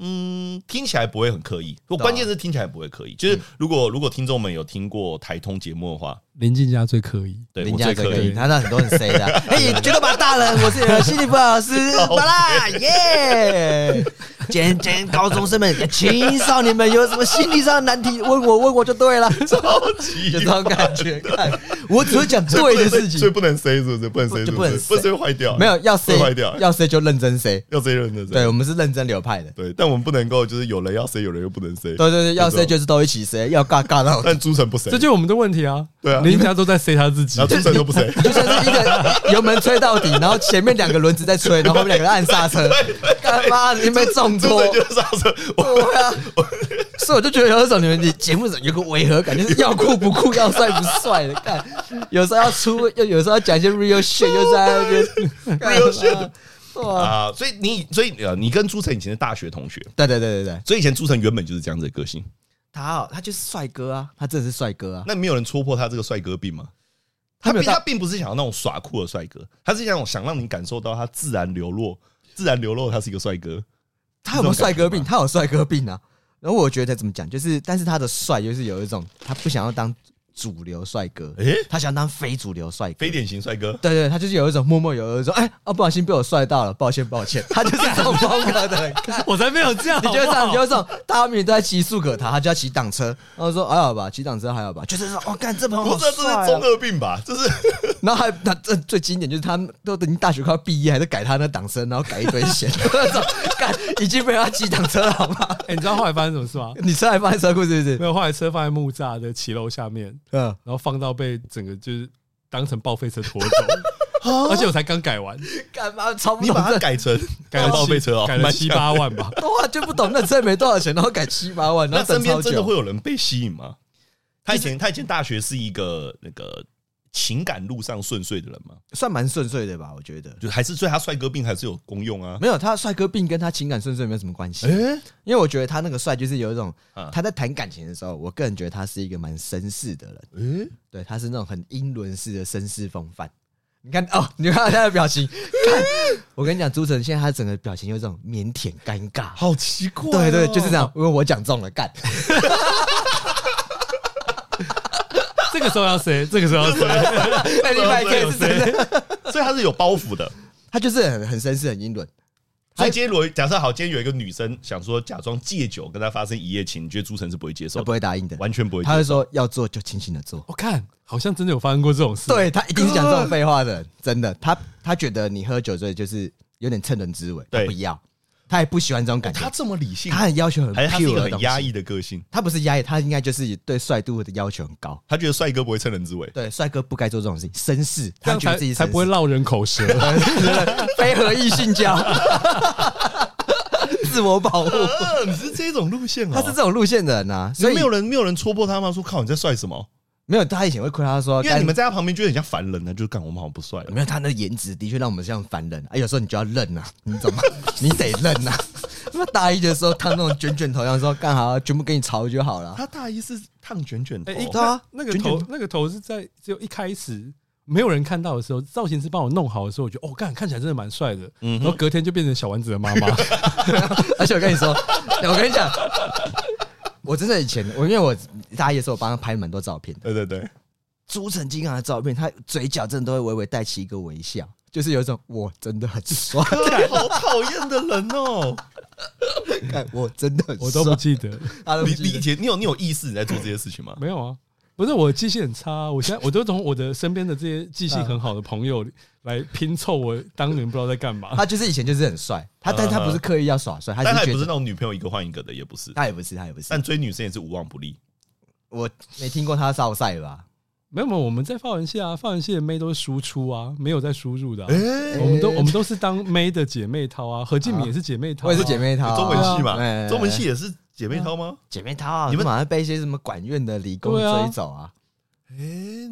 嗯，听起来不会很刻意，不，
对啊
关键是听起来不会刻意。
嗯
就是如果如果听众们有听过台通节目的话，
林静家最可以，
对
人
我
家
最
这
刻
个
意。
他那很多很 C 的 啊，哎，觉得吧，大人，我是你的心理辅导老师，巴拉 耶！今天今天高中生们、青少年们有什么心理上的难题，问我问我就对了，
超级
就这种感觉。看，我只会讲
所
对
以
的事
不能所以
情，
不能 say 是不是？不能 say 是
就
不
不
是？
能
不
say
能坏掉，
没有要
会
C
坏掉，
要 C 就认真 C。
要 say 认真 say。
对，我们是认真流派的。
对，但我们不能够就是有人要 say，有人又不能 say。
对对对，要 C 就是都一起 C，要尬尬到。
但朱晨不 say，
这就是我们的问题啊。
对啊
林静家都在 say 他自己
然，后朱晨都 不 say。
就像是一个油门吹到底，然后前面两个轮子在吹，然后后面两个人按刹车，干嘛？你没中
朱
错
晨。就是刹车， 我
对啊，所以我就觉得有一种你们节目有个违和感，就是要酷不酷，要帅不帅的。看，有时候要出，又有时候要讲一些 real shit，又在那边
real shit。
哇，
啊，所以你所以呃，你跟朱晨以前是大学同学，
对对对对对，
所以以前朱晨原本就是这样子的个性。
他好，他就是帅哥啊，他真的是帅哥啊。
那没有人戳破他这个帅哥病吗？他
他没
并
有
他
到，
并不是想要那种耍酷的帅哥，他是想想让你感受到他自然流露，自然流露他是一个帅哥。
他有没有帅哥病？
这种感觉吗
他有帅哥病啊。然后我觉得怎么讲，就是但是他的帅就是有一种他不想要当主流帅哥，
诶、
他想当非主流帅哥
非。典型帅哥，
对对，他就是有一种默默有一种，哎，哦，不小心被我帅到了，抱歉抱 歉，他就是这种风格的人。看
我才没有这样。
你就
好
会
不
这
好
样，你就会这种，大家明明都在骑速可塔，他就要骑挡车，然后说还好吧，骑挡车还好吧，就是说，哦，干这朋友
不
好
是这
帅
是中
啊。
二病吧？这是
然后还他这最经典就是他们都已经大学快要毕业，还在改他那挡车，然后改一堆险， 那种干已经被他骑挡车了，好吗？
哎，你知道后来发生什么事吗？
你车还放在车库是不是？
没有，后来车放在木栅的骑楼下面，
嗯，
然后放到被整个就是当成报废车拖走。
啊
而且我才刚改完，
干嘛超不
你
懂
把它
这
改成改
改
成
了
报
七
废车哦，
改了
蛮
七
像的。
八万吧。
都完全不懂，那车没多少钱，然后改七八万，然
那
后等
身边
超
真的
久
会。有人被吸引吗？他以前他以前大学是一个那个情感路上顺遂的人吗？
算蛮顺遂的吧？我觉得
就还是所以他帅哥病还是有功用啊？
没有他帅哥病跟他情感顺遂没有什么关系，
哎，
因为我觉得他那个帅就是有一种
啊
他在谈感情的时候，我个人觉得他是一个蛮绅士的人，
哎，
对，他是那种很英伦式的绅士风范。你看哦， 你看他的表 情，看我跟你讲，朱晨现在他整个表情有一种腼腆尴尬，
好奇怪哦，
对对，就是这样，因为我讲中了，干，
这个时候要谁？这个时候要谁？
哎，另外一件是真的，
所以他是有包袱的。
他就是很很绅士，很英伦，
所以今天如果假设好，今天有一个女生想说假装戒酒跟他发生一夜情，你觉得朱晨哎是不会接受
他
的，
不会答应的，
完全不会接
他
受。
会说要做就清醒的做，
我看好像真的有发生过这种事。，
对他一定是讲这种废话的人，真的，他他觉得你喝酒醉就是有点趁人之危，他
对哎
不要，他也不喜欢这种感觉
他，这么理性
他，很要求很
还是他是一
pure
个
的
很
东
压
西，
抑的个性？
他不是压抑，他应该就是对帅度的要求很高，
他觉得帅哥不会趁人之危，
对，帅哥不该做这种事情，绅士，
这
他
样
觉得
才
自己
才不会
绅士
落人口舌。
非合意性交， 自我保护，
呃 你是这种路线哦
他是这种路线的人啊，所
所以
以
没有人没有人戳破他吗？说靠你在帅什么？
没有，他以前会亏他说，
因为你们在他旁边觉得很像凡人啊呢，就是干我们好像不帅
干。没有他那个颜值的确让我们像凡人啊，有时候你就要认啊，你懂吗？你得认啊。 那大一的时候烫那种卷卷头，然后说干好，全部给你潮就好了。
他大一是烫卷卷头
哎，，一
对啊
那个
卷卷
头，那个头是在只有一开始没有人看到的时候，造型师帮我弄好的时候，我觉得哦，看看起来真的蛮帅的。
嗯
然后隔天就变成小丸子的妈 妈。
而且我跟你说，我跟你讲，我真的以前我因为我大一的时候，我帮他拍蛮多照片的，
对对对，
朱晨金啊刚的照片，他嘴角真的都会微微带起一个微笑，就是有一种我真的很帅，
好讨厌的人 哦！
干我真的很帅，
我都不记得，
他都不
你
记
你
得
以前你有你有意识你在做这些事情吗？
没有啊。不是我记性很差啊、我现在我都从我的身边的这些记性很好的朋友来拼凑我当年不知道在干嘛。
他就是以前就是很帅，他但是他不是刻意要耍帅，他
但他
是
也
觉
不是
得
那种女朋友一个换一个的，也不是。
他也不是他也不是，
但追女生也是无往不利。
我没听过他少赛吧？
没有，没有，我们在发文系啊，发文系的妹都是输出啊，没有在输入的啊、
哎
我们都我们都是当妹的姐妹掏啊，何敬敏也是姐妹掏、
我也是姐，妹淘，
哦中文系
哎哎哎
嘛，中文系也是姐妹淘吗？
姐妹淘，啊你
你
们
们
马上被一些什么管院的理工
对啊
追走啊？
哎，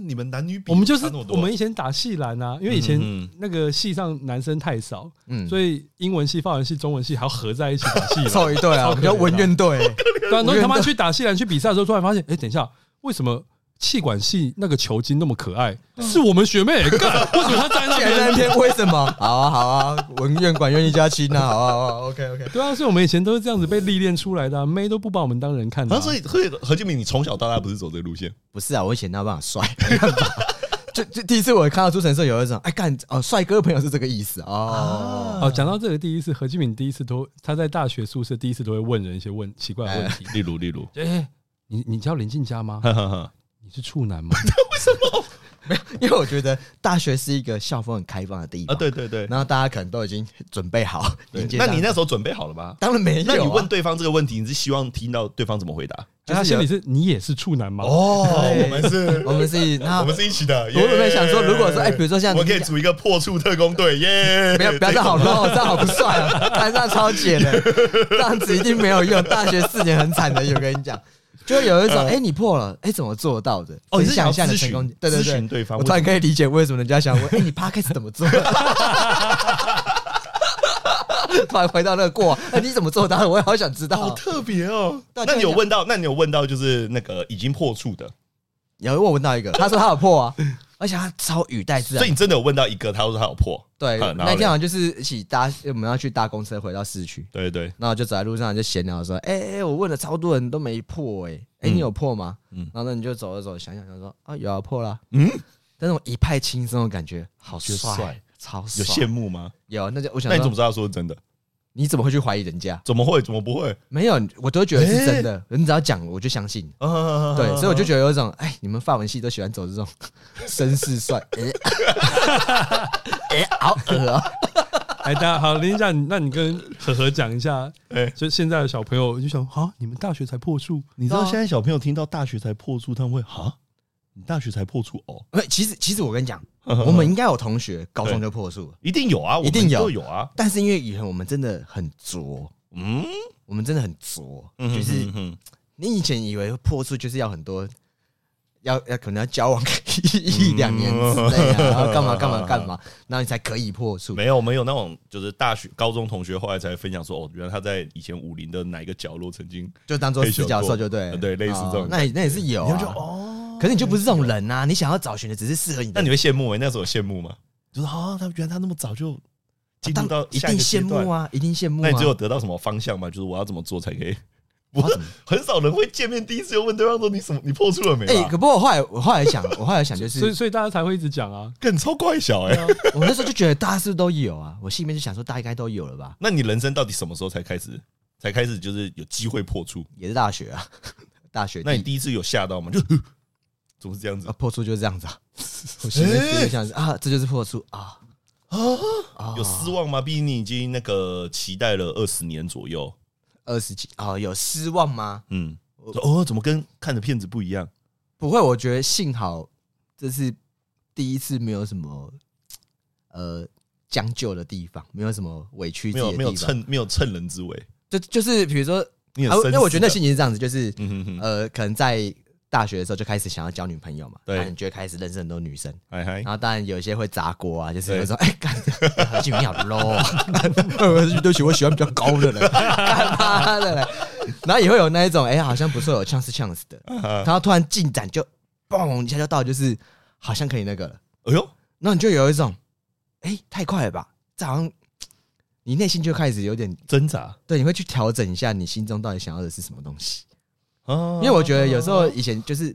你们男女比
我们就是
差那么多
我们以前打系篮啊，因为以前
嗯嗯
那个系上男生太少，
嗯，
所以英文系、法文系、中文系还要合在一起打 系篮。
凑一对啊，我
超可怜的
们叫文院 队，
对啊，然后他
我
妈
觉得
去打系篮去比赛的时候，突然发现，哎、等一下，为什么？气管系那个球精那么可爱，是我们学妹、干为什么她站在那
前 三
边？
天为什么？好啊好啊，文院管院一家亲啊，好啊好啊，OK OK。
对啊，所以我们以前都是这样子被历练出来的、啊，妹都不把我们当人看的、
啊，
啊。
所以所以何建明，你从小到大不是走这个路线？
不是啊，我以前那办法帅， 没办法就就第一次我看到朱晨的时候，有一种哎干哦，帅哥朋友是这个意思哦。
哦，讲到这个第一次，何敬敏第一次都他在大学宿舍第一次都会问人一些问奇怪的问 题。
例如例如，
哎、你你叫林静 佳吗？
哈哈哈，
你是处男吗？
因为我觉得大学是一个校风很开放的地
啊，
方，
对对对。
然后大家可能都已经准备好
对
迎接
那
大家。
你那时候准备好了吗？
当然没有、
那
啊，
你问对方这个问题，你是希望听到对方怎么回答？
就是有
他心里是你也是处 男吗？
哦，
对
我 们是，
我们是那
我们是一起的。我
我本来想说如果说哎比如说像
我们可以组一个破处特工队，耶！
不要不要这样好乱哦，这样好不帅啊！看这样超解的，这样子一定没有用。大学四年很惨的，我跟你讲，就有一种哎、你破了，哎、怎么做到的？
嗯哦你是
分享一下你的
想
成
要
功
咨询，
对对
咨
对，
询对方
我突然可以理解为什么人家想问，哎、你 podcast 怎么做？ 突然回到那个过往，哎、你怎么做到的？我也好想知
好
道。啊
特别哦。
大家
那你有问到？那你有问到就是那个已经破处的，
有我问到一个，他说他有破啊，而且他超语带自
所
然
以。你真的有问到一个，他说他有破。
对，
嗯然
那
后
天
嘞
好像就是一起搭，我们要去搭公车回到市区，
对对，
然后就走在路上就闲聊说：“哎、哎、哎我问了超多人都没破、哎、哎，
嗯
你有破吗？”
嗯
然后呢你就走着走，想想想说：“啊，有啊，破了。”
嗯，
但是我一派轻松的感觉，好
觉得
帅
帅，
超帅，
有羡慕吗？
有那就我想
那你
说
怎么知道他说是真的？
你怎么会去怀疑人家？
怎么会？怎么 不会？
没有，我都觉得是真的。你只要讲，我就相信。
啊
对，所以我就觉得有一种，
嗯
哎，你们法文系都喜欢走这种 绅士 帅，哎、哎好恶啊、
哎，大家好，林静佳，你那你跟何何讲 一下，
哎
就现在的小朋友就想，啊，你们大学才破处，
你知道现在小朋友听到大学才破处，他们会哈？你大学才破处哦，
不，其实其实我跟你讲， 我们应该有同学高中
嗯对
就破处了，
一定有啊，我们
一定有
都有啊，
但是因为以前我们真的很拙，
嗯，
我们真的很拙，就是
嗯哼
你以前以为破处就是要很多，要要可能要交往一一两年之类啊，然后干嘛干嘛干嘛，然后你才可以破处。
嗯没有没有那种就是大学高中同学后来才分享说，哦，原来他在以前武林的哪一个角落曾经，
就当做四角兽就对了，
呃对类似这种
哦那也那也是有、
然后
啊
就，哦，
可是你就不是这种人呐、啊，你想要找寻的只是适合你
那
的哦
你，会羡慕哎、那时候有羡慕吗？就是啊，他原来他那么早就进入
当
到
一
下
定
个阶
羡
段
慕，啊，一定羡慕
那你最后
啊。
得到什么方向吗？就是我要怎么做才可以？
我要
我
怎么
很少人会见面第一次就问对方说你什么你破处了没吧？啊
哎、可不过我后来我后来想，我后来想就
所以
是，
所以大家才会一直讲啊，
更超怪小
嗯
哎、
我那时候就觉得大家是不是都有啊，我心里面就想说大家应该都有了吧，
那你人生到底什么时候才开始才开始就是有机会破处？
也是大学啊，大学
那你
第
第一次有吓到吗？就 呵怎么是这样子
哎啊破处就是这样子 啊，我心里面就想啊，这就是破处啊啊，
有失望吗？毕竟你已经那个期待了二十年左右，
二十几啊，有失望吗？
嗯，
呃
说哦，怎么跟看的片子不一样？
不会，我觉得幸好这是第一次没有什么呃将就的地方，没有什么委屈
没
自己
有
的
没有
地方。
趁没有趁人之危，
就就是比如说，
你
啊
很深、
因为我觉得那心，情是这样子，就是、
嗯哼哼，
呃，可能在大学的时候就开始想要交女朋友嘛，
对
然后你就会开始认识很多女生。
嗨哎嗨，
然后当然有一些会砸锅啊，就是
对
有时候哎，干何俊明好 low 啊， 呃对不起，我喜欢比较高的人，干嘛的嘞？然后也会有那一种哎，好像不错，有 chance chance 的，然后突然进展就嘣一下就到，就是好像可以那个了，
哎呦，
然后你就有一种哎，太快了吧，这好像你内心就开始有点
挣扎
对，你会去调整一下你心中到底想要的是什么东西，
啊
因为我觉得有时候以前就是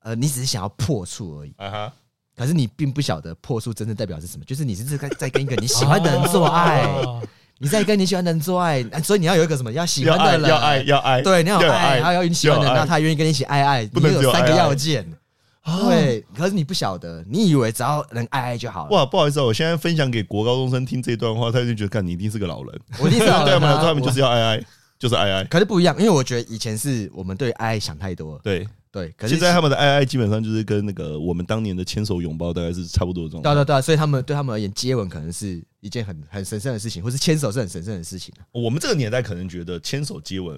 呃，你只是想要破处而已。
啊哈，
可是你并不晓得破处真正代表是什么，就是你是在在跟一个你喜欢的人做爱，
哦
啊
你在跟你喜欢的人做爱，啊所以你要有一个什么要喜欢的人，
要爱要爱，
对，你要有
要
爱，
爱
还要有你喜欢的人，
要爱
那他愿意跟你一起爱爱，
不
你
能只有
有三个
爱爱哦
要件，对，可是你不晓得，你以为只要能爱爱就好了，
哇，不好意思啊，我现在分享给国高中生听这段话，他就觉得，干你一定是个老人，
我第一次
对
老
啊
人
嘛，
啊，
他们就是
我
要爱爱，就是爱爱，
可是不一样，因为我觉得以前是我们对爱爱想太多了，
对。
对，可是
现在他们的爱爱基本上就是跟那个我们当年的牵手拥抱大概是差不多的状
对啊
态。
对啊对啊，所以他们对他们而言，接吻可能是一件很很神圣的事情，或是牵手是很神圣的事情啊，
我们这个年代可能觉得牵手接吻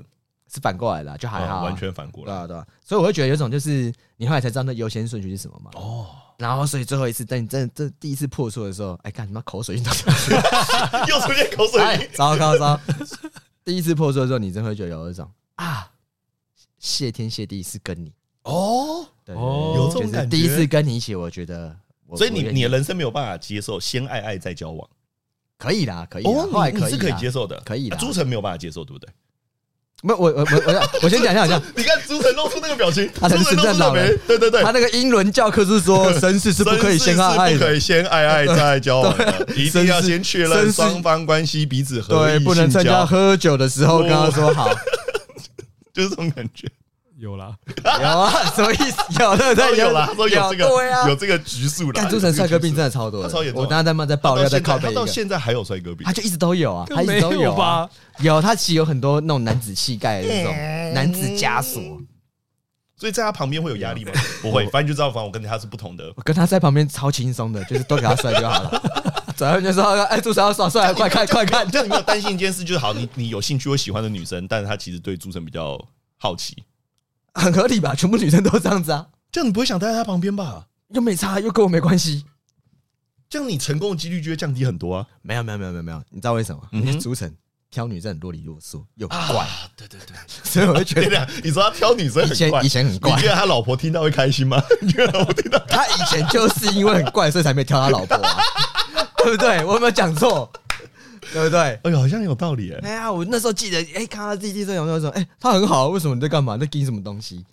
是反过来的啊，就还好
啊
啊，
完全反过
对
来。
啊，对啊，所以我会觉得有一种就是你后来才知道那优先顺序是什么嘛。
哦，
然后，所以最后一次，等你真的这第一次破处的时候，哎，干什么口水运动？
又出现口水
哎，糟糕糟！第一次破处的时候，你真会觉得有一种啊，谢天谢地是跟你，
哦。
对，
哦
对
有
对
这
种
就是
感觉
第一次跟你一起，我觉得我，
所以你
我愿
你
意
的人生没有办法接受先爱爱再交往
可以啦，可以啦，后
哦
来，
你
可
你
以
是可以接
受。
受的，
可以啦
朱晨没有办法接受，对不对？
没有，我我我我我先讲一下，我讲
你看朱晨露出那个表情，
他才是
朱晨露出
圣诞老
那
人
没？对对对
他，那个英伦教科是说，绅士是不可以先爱爱
绅士是不可
的，
以先爱爱再交往的， 一定要先确
绅士
认双方关系彼此合
对，
意
不能
性
参加
交，
喝酒的时候跟他
哦
说好。
就是这种感觉。
有啦，
有啊，什么意思？有 对不
都
对？
有啦，他说有这
对啊
个有。这个局数啦。
干朱晨帅哥病真
的
的超多的，
他超严重
我刚刚在骂在爆料在靠
他
背一
到
个，
现在还有帅哥病
他，就一直都有啊，他一直
没
都
有
啊，
吧？
有他其实有很多那种男子气概的那种男子枷锁。
所以在他旁边会有 压力吗？不会，反正就知道，反正我跟他是不同的。
我跟他在旁边超轻松的，就是都给他帅就好了。转头就说：“哎，朱晨要耍帅，快看快看！”
这样你没有担心一件事，就是好，你你有兴趣或喜欢的女生，但是他其实对朱晨比较好奇，
很合理吧？全部女生都这样子啊，
这样你不会想待在他旁边吧？
又没差，又跟我没关系。
这样你成功的几率就会降低 很多啊！
没有没有没有没有没有，你知道为什么？
嗯哼
因为朱晨挑女生很啰里啰嗦又怪，
啊，对对对，
所以我就觉
对
得
的，你说他挑女生
以
很怪
前以，前很怪
你。觉得他老婆听到会开心吗？你觉得老婆听到？
他以前就是因为很怪，所以才没挑他老婆、 啊，对不对？我有没有讲错？对不对？
哎呦，好像有道理哎、
哎呀，我那时候记得，哎、看他弟弟这样，那时候，哎、他很好，为什么你在干嘛？在盯什么东西？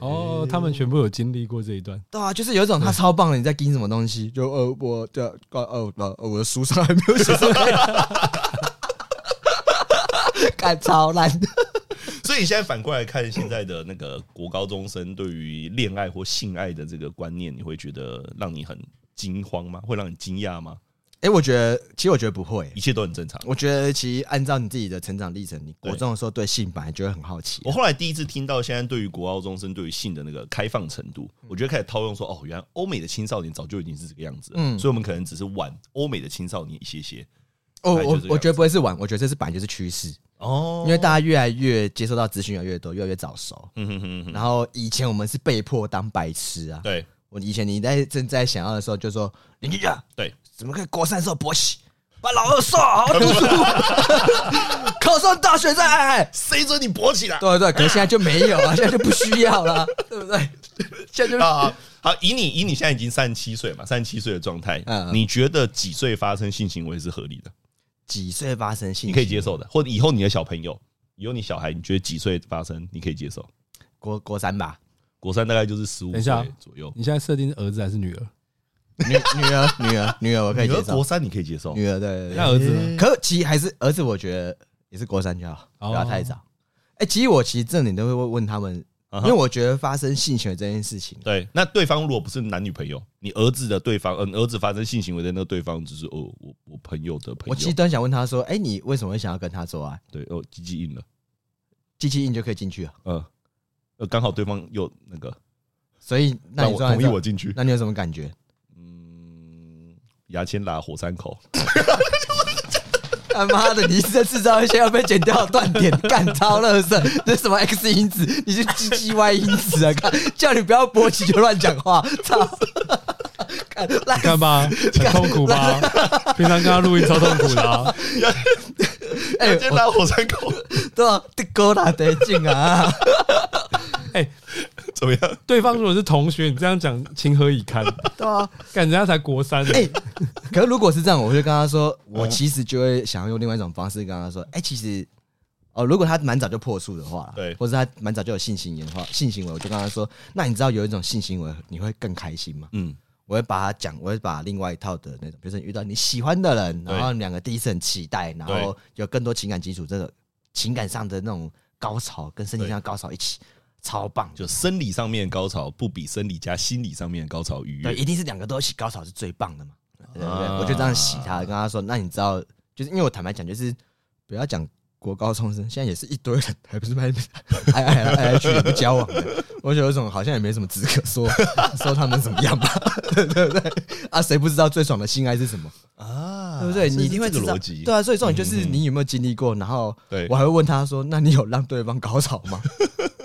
哦，他们全部有经历过这一段，
对啊，就是有一种他超棒的，你在盯什么东西？就呃，我的呃呃呃我的书上还没有写上 来，干超烂的。
所以你现在反过来看现在的那个国高中生对于恋爱或性爱的这个观念，你会觉得让你很惊慌吗？会让你惊讶吗？
哎、我觉得其实我觉得不会
一，切都很正常。
我觉得其实按照你自己的成长历程，你国
对
中的时候对性本来就会很好奇啊
我。后来第一次听到现在对于国高中生对于性的那个开放程度，我觉得开始套用说，哦，原来欧美的青少年早就已经是这个样子了，
嗯
所以我们可能只是晚欧美的青少年一些些。
哦，
本来就
我
这样
我觉得不会是晚，我觉得这是本来就是趋势，
哦
因为大家越来越接受到资讯越来越多，越来越早熟。
嗯哼哼哼哼，
然后以前我们是被迫当白痴啊，
对
我以前你在正在想要的时候，就说邻居啊，
对，
怎么可以国三的时候勃起？把老二瘦好好读书， 考上大学再爱爱。
谁准你勃起来？
对对，可是现在就没有啊，现在就不需要了，啊对不对？现在就
啊，好，以你以你现在已经三十七岁嘛，三十七岁的状态，
嗯嗯
你觉得几岁发生性行为是合理的？
几岁发生性？
你可以接。受
嗯
的，或者以后你的小朋友，以后你小孩，你觉得几岁发生你可以接受？
国国三吧，
国三大概就是十五
等一下
岁左右，
你现在设定是儿子还是女 儿？
女女儿女儿女儿，我可以
女
接
儿国
受。
三你可以接受，
女儿对对
那
对，
儿子呢
可其实还是儿子，我觉得也是国三就好，不要
哦
太早。哎，其实我其实这点都会问他们，
啊
因
哈哎
为我觉得发生性行为这件事情，
对，那对方如果不是男女朋友，你儿子的对方，嗯、你儿子发生性行为的那个对方，就是哦，我我朋友的朋友，
我其实都很想问他说，哎，你为什么会想要跟他做爱？
对哦，鸡鸡硬了，
机器硬就可以进去啊了。
嗯、呃，刚好对方又那个，
所以那
让
你
我
说完
同
之
意
后
我进去，
那你有什么感觉？
嗯，牙签拉火山口，
他妈的，你是在制造一些要被剪掉的断点，干超乐色，这是什么 X 因子？你是 G G Y 因子啊？ 看，叫你不要勃起就乱讲话，操！ 看，烂
看吧，很痛苦吧？平常跟他录音超痛苦的、啊，
哎
牙签拉火山口，
对吧？得勾啦，得劲啊！
怎么样？
哎对方如果是同学，你这样讲情何以堪？
对啊，
干人家才国三、啊
哎、可是如果是这样，我就跟他说，我其实就会想要用另外一种方式跟他说，哎、其实。哦，如果他蛮早就破处的话啦，
对
或者他蛮早就有性行为的话，性行为，我就跟他说，那你知道有一种性行为你会更开心吗？
嗯，
我会把它讲，我会把另外一套的那种，比如说你遇到你喜欢的人，
对
然后你们两个第一次很期待，然后有更多情感基础，这个情感上的那种高潮跟身体上的高潮一起，超棒！
就生理上面的高潮不比生理加心理上面的高潮愉
对，
悦，
一定是两个都一起高潮是最棒的嘛，对不对？
啊
我就这样洗他，跟他说，那你知道，就是因为我坦白讲，就是不要讲国高中生，现在也是一堆人，还不是卖 哎哎哎哎去也不交往的，我有一种好像也没什么资格说 说他们怎么样吧， 对不对？啊，谁不知道最爽的性爱是什么？
啊
对不对？你一定会知
这个
道
逻辑，嗯
对啊，所以重点就是你有没有经历过？然后
对
我还会问他说：“那你有让对方高潮吗？”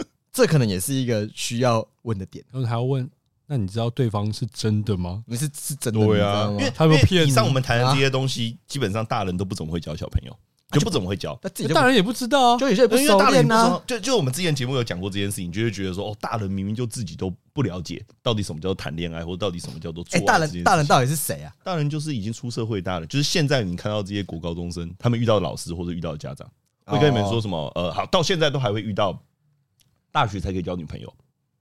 这可能也是一个需要问的点。
然后还要问，那你知道对方是真的吗？
你是是真的，
对啊，
你啊知道
因为
吗？
他们
因为
骗
以
你
上我们谈的这些东西，基本上大人都不怎么会教小朋友，就不怎么会教。
那自己就
当然也不知道啊，
就有些啊人不
哦因为
熟
大人
练
不知
呐
道，就就我们之前节目有讲过这件事情，就会觉得说，哦，大人明明就自己都不了解到底什么叫做谈恋爱，或者到底什么叫做做
哎，
爱
大
这
人
件
大
事
人
情
到底是谁啊？
大人就是已经出社会大人，就是现在你看到这些国高中生，他们遇到老师或者遇到家长，
哦
会跟你们说什么？呃，好，到现在都还会遇到，大学才可以交女朋友，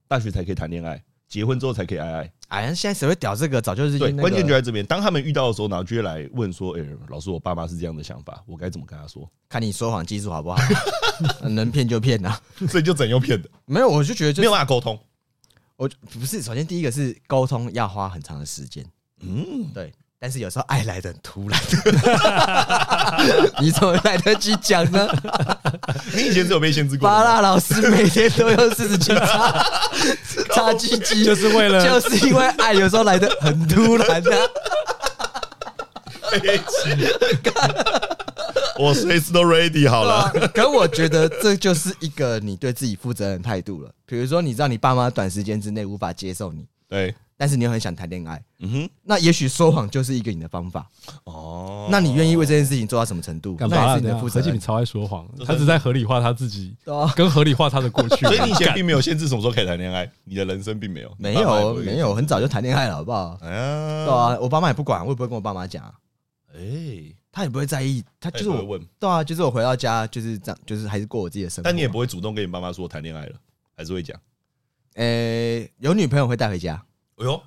大学才可以谈恋爱，结婚之后才可以爱爱。
哎呀，现在谁会屌这个？早就是
对，
那个
关键就在这边。当他们遇到的时候，然后就会来问说：“哎、老师，我爸妈是这样的想法，我该怎么跟他说
看你说谎技术好 不好，能骗就骗啊。？”
所以就整又骗的，
没有，我就觉得
没
就
有办法啊沟通。
我不是，首先第一个是沟通要花很长的时间，
嗯，
对，但是有时候爱来的很突 然，你怎么来得及讲 呢？
你以前是有被限制过 的
巴
吗。
拉老师每天都用四十七擦擦鸡鸡，
就是为了
就是因为爱有时候来的很突然啊的、
我随时都 ready 好了。
可我觉得这就是一个你对自己负责任的态度了。比如说，你知道你爸妈短时间之内无法接受你，
对，
但是你又很想谈恋爱，
嗯
那也许说谎就是一个你的方法。
哼，哦，
那你愿意为这件事情做到什么程度？
干嘛
那也
啊？
是你的负责
何敬
任
敏。超爱说谎
这，
他只在合理化他 自己，
对啊
跟合理化他的过 去。啊
所以你以前
干
并没有限制什么时候可以谈恋爱，你的人生并没有，
没
你爸妈也
有
不会
没有，很早就谈恋爱了，好不好？
哎呀，
对啊，我爸妈也不管，我也不会跟我爸妈讲啊，
哎，
他也不会在意，他
他
就
也
是
不会
我，
问，
对啊，就是我回到家就是这样，就是还是过我自己的生活。
但你也不会主动跟你爸妈说我谈恋爱了，还是会讲。
呃、有女朋友会带回家，
哎呦，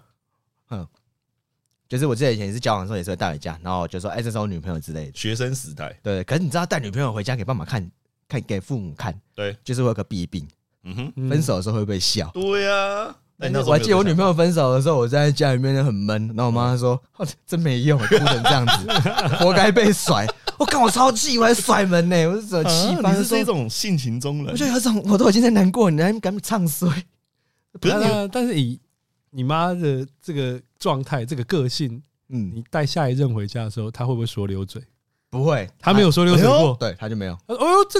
就是我记得以前也是交往的时候也是会带回家，然后就说哎、这是我女朋友之类的。
学生时代，
对，可是你知道带女朋友回家给爸妈看看给父母看，
对，
就是会有个弊病，
嗯哼，
嗯
分手的时候会被笑。
对呀，啊那你那时
哎我
候
还
没有
记得我
这
女
想
朋友分手的时候，我在家里面很闷，然后我
嗯
妈说：“哦真没用，哭成这样子，活该被甩。”我看我超气，我还甩门呢、我是怎么气
啊
发
你
生
是这
说，
种性情中人
我，就有种我都已经在难过，你还敢唱衰？
不是
但
你
是但是以你妈的这个状态、这个个性，
嗯，
你带下一任回家的时候，她会不会说溜嘴？
不会，
她没有说溜嘴
哎呦
过。
对，他就没有。
她说：“哦呦，这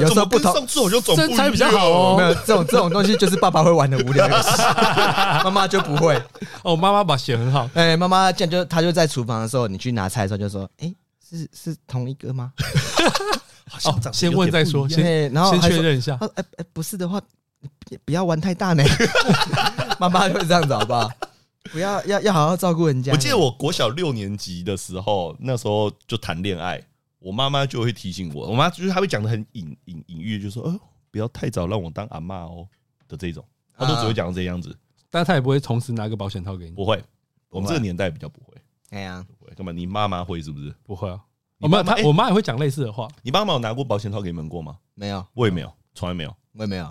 有时候
怎么
不
跟
同
上次我就总
身材比较好
哦。
哦
没有这种这种东西，就是爸爸会玩的无聊游戏， 妈妈就不会。
哦，妈妈把写很好。
哎、妈妈这样就她就在厨房的时候，你去拿菜的时候就说：“哎、是是同一个吗
好像
哦
长得
先
有
问
点
再
不一
说
样
先
哎然后
先
还
确
说
认一下
她，说：“哎、哎，不是的话，也不要玩太大呢。”妈妈就会这样子，好不好？不要要要好好照顾人家。
我记得我国小六年级的时候，那时候就谈恋爱，我妈妈就会提醒我，我妈就是她会讲的很隐隐隐喻，就说：“哦，不要太早让我当阿嬷哦的这种。”她
啊
都只会讲这样子，
但她也不会同时拿个保险套给你，
不会。我们这个年代比较不会，
哎呀，
不会干嘛？你妈妈会是不是？
不会啊。
你
我
妈
妈
妈
她
哎
我妈也会讲类似的话，
你妈妈有拿过保险套给你们过吗？
没有，
我也没有，从来没有。
我也没有。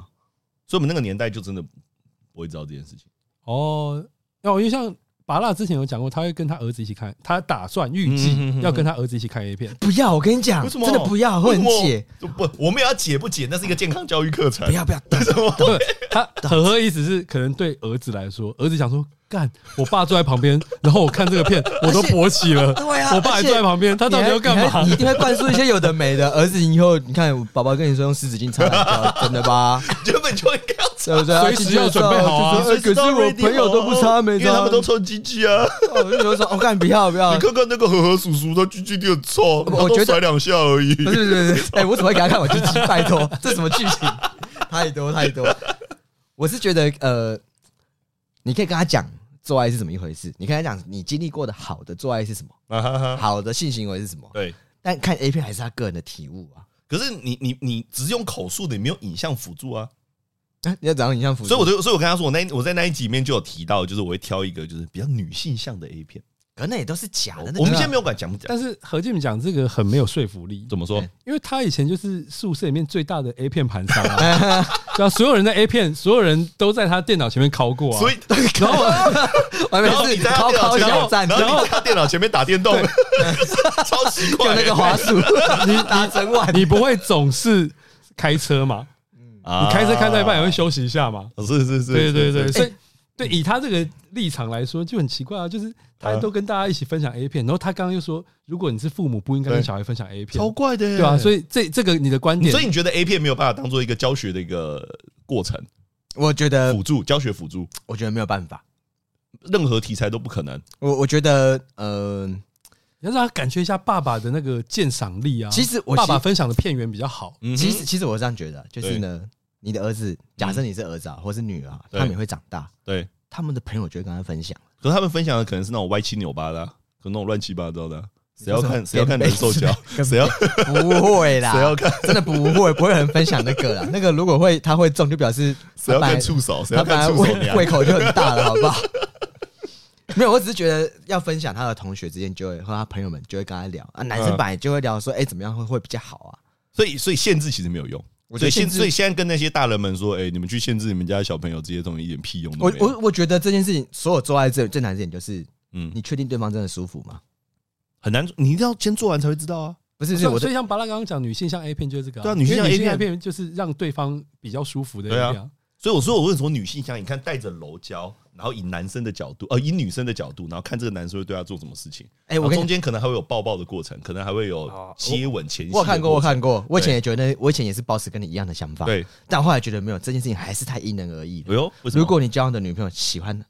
所以我们那个年代就真的不会知道这件事情。
哦，那我因为像拔蜡之前有讲过，他会跟他儿子一起看，他打算预
嗯哼哼
计
哼
要跟他儿子一起看 A 片。
不要，我跟你讲，
为什么
真的不要，啊会很解。
为什么不，我们也要解不解？那是一个健康教育课程
不。要不要，
为什么？
不是，他呵呵意思是，可能对儿子来说，儿子想说，干，我爸坐在旁边，然后我看这个片，我都勃起了，
对啊
我爸
而
还
且
坐在旁边，他到底要干
你还
嘛
你还你？一定会灌输一些有的没的。儿子，以后你看，宝宝跟你说用湿纸巾擦奶胶，真的吧？
原本就应该要
对不对？
随时要准备好啊
就说哎可是我朋友都不擦，没
哦因为
擦。
他们都抽鸡鸡啊。
我就觉得说，我干不要不要
你，看看那个和和叔叔，他鸡鸡很臭，
啊我觉
他都
得
甩两下而已。
不是不是不是，哎，我怎么会给他看我鸡鸡？拜托，这什么剧情？太多太多。我是觉得呃，你可以跟他讲做爱是怎么一回事，你跟他讲你经历过的好的做爱是什么，
啊哈哈，
好的性行为是什么，
对。
但看 A 片还是他个人的体悟啊。
可是你你你只是用口述的，你没有影像辅助啊。
啊你要怎样影像辅助？
所以我就所以我跟他说，我那我在那一集里面就有提到，就是我会挑一个就是比较女性向的 A 片。
可那也都是假的。那
我们
个
先没有管讲不讲，
但是何进讲这个很没有说服力，
怎么说？
因为他以前就是宿舍里面最大的 A 片盘商啊， 对啊，所有人的 A 片，所有人都在他电脑前面拷过啊，
所以
然后
完
然后
美
你
是
在他
高
电脑
考
前
小
面，
站，
然后
有
你在他电脑前面打电动， 超奇怪。
那个滑鼠， 你打整晚，
你不会总是开车嘛？
啊，
你开车开到一半也会休息一下嘛？
是是是，
对对对，
是
所以对以他这个立场来说就很奇怪啊，就是他都跟大家一起分享 A 片，然后他刚刚又说，如果你是父母，不应该跟
对
小孩分享 A 片
超，怪的耶，
对啊，所以这这个你的观点，
所以你觉得 A 片没有办法当做一个教学的一个过程
我觉得，
辅助，教学辅助，
我觉得没有办法。
任何题材都不可能。
我我觉得，呃，
嗯
你要让他感觉一下爸爸的那个鉴赏力啊。
其实我
爸爸
其
分享的片源比较好，
嗯哼
其实其实我这样觉得，啊就是呢，你的儿子，假设你是儿子啊，或是女儿啊，
对
他们也会长大，
对，
他们的朋友就会跟他分享。
可是他们分享的可能是那种歪七扭八的啊，可能那种乱七八糟的啊。谁要
你说什
看
么
谁要看人兽交？谁
啊
要 谁
不会啦
要，看
真的不会，不会有人分享那个啦。那个如果会他会中，就表示
谁要
他本来
看触手？谁
他
要
本来
看触手
胃
娘？
胃口就很大了，好不 好？没有，我只是觉得要分享他的同学之间就会和他朋友们就会跟他聊啊，男生
嗯
本来就会聊说，哎、怎么样会会比较好啊？
所以所以限制其实没有用。
我觉得
所以现
限制
所以现在跟那些大人们说，哎，你们去限制你们家的小朋友这些东西一点屁用都
我
没有。
我我觉得这件事情，所有做爱最最难的点就是，
嗯，
你确定对方真的舒服吗？
很难，你一定要先做完才会知道啊。
不是，是
所以
我
所以
的
像巴拉刚刚讲，女性像 A 片就是这个、
对啊
因
女
为女
性像 A 片
片就是让对方比较舒服的 A
对啊
片、啊。
所以我说，我为什么女性像你看带着柔焦，然后以男生的角度，呃，以女生的角度，然后看这个男生会对她做什么事情。
哎、我
然后
跟
中
你
间可能还会有抱抱的过程，可能还会有
哦
接吻前戏。
我有看过，我有，看过，我以前也觉得，我以前也是保持跟你一样的想法，
对，
但我后来觉得没有这件事情还是太因人而异了
哎。呦，为什么
如果你交往的女朋友喜欢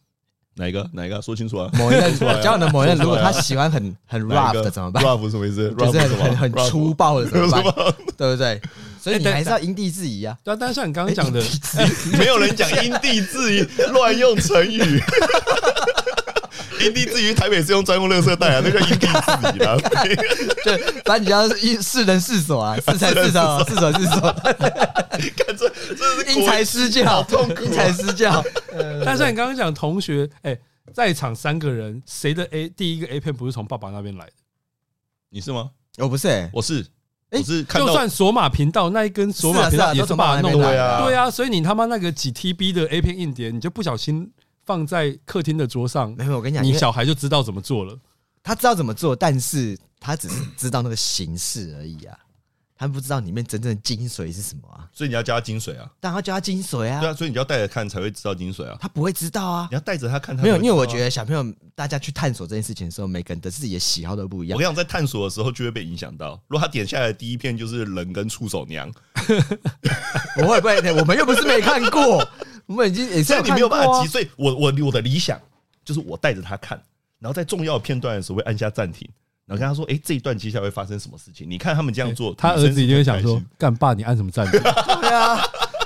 哪一个哪一个说清楚啊？
某一 任，交往的某一任，如果她
说出
喜欢很很
哪一
rough
个
的怎么办？
？rough 什么意思
就
？rough
是
什么
很很
rough
粗暴的怎么办
什？么？
对不对？所以你
哎但
还是要因地制宜啊。
对啊，但是像你
哎
刚 刚讲的，
没有人讲因地制宜，乱用成语。 因地制宜，台北是用专用垃圾袋啊，那叫 因地制宜 啦。
对，反正你要是一是人是所啊，是才是所，是所是 所，
看这这是
因材施教，
啊
因材施教。
但是像你刚刚讲同学，哎、在场三个人，谁的 A 第一个 A 片不是从爸爸那边来的？
你是吗？
我不是欸，
我是
哎
我是看
就
到
算索马频道那一根索马频道
是啊是啊
也把它弄
都从马那边来的
对啊，所以你他妈那个几 TB 的 A 片硬碟，你就不小心放在客厅的桌上
没，有，我跟你讲，
你
因为
小孩就知道怎么做了。
他知道怎么做，但是他只是知道那个形式而已啊，他不知道里面真正的精髓是什么啊。
所以你要加精髓啊，
但他叫他精髓
对
啊，
啊，所以你要带着看才会知道精髓啊，
他不会知道啊
你。要带着他看他才
没有，
会知道啊。
因为我觉得小朋友大家去探索这件事情的时候，每个人的自己的喜好都不一
我
样
跟。你讲，在探索的时候就会被影响到。如果他点下来的第一片就是人跟触手娘，
我会不会？我们又不是没看 过，我们已经也是
所以你没有办
看过
法
啊
急。所以我我我的理想就是我带着他看，然后在重要片段的时候会按下暂停，然后跟他说：“哎、这一段接下来会发生什么事情？”你看他们这样做，
他儿子一定会想
女生是不
说
是：“
干爸，你按什么暂停？
对啊，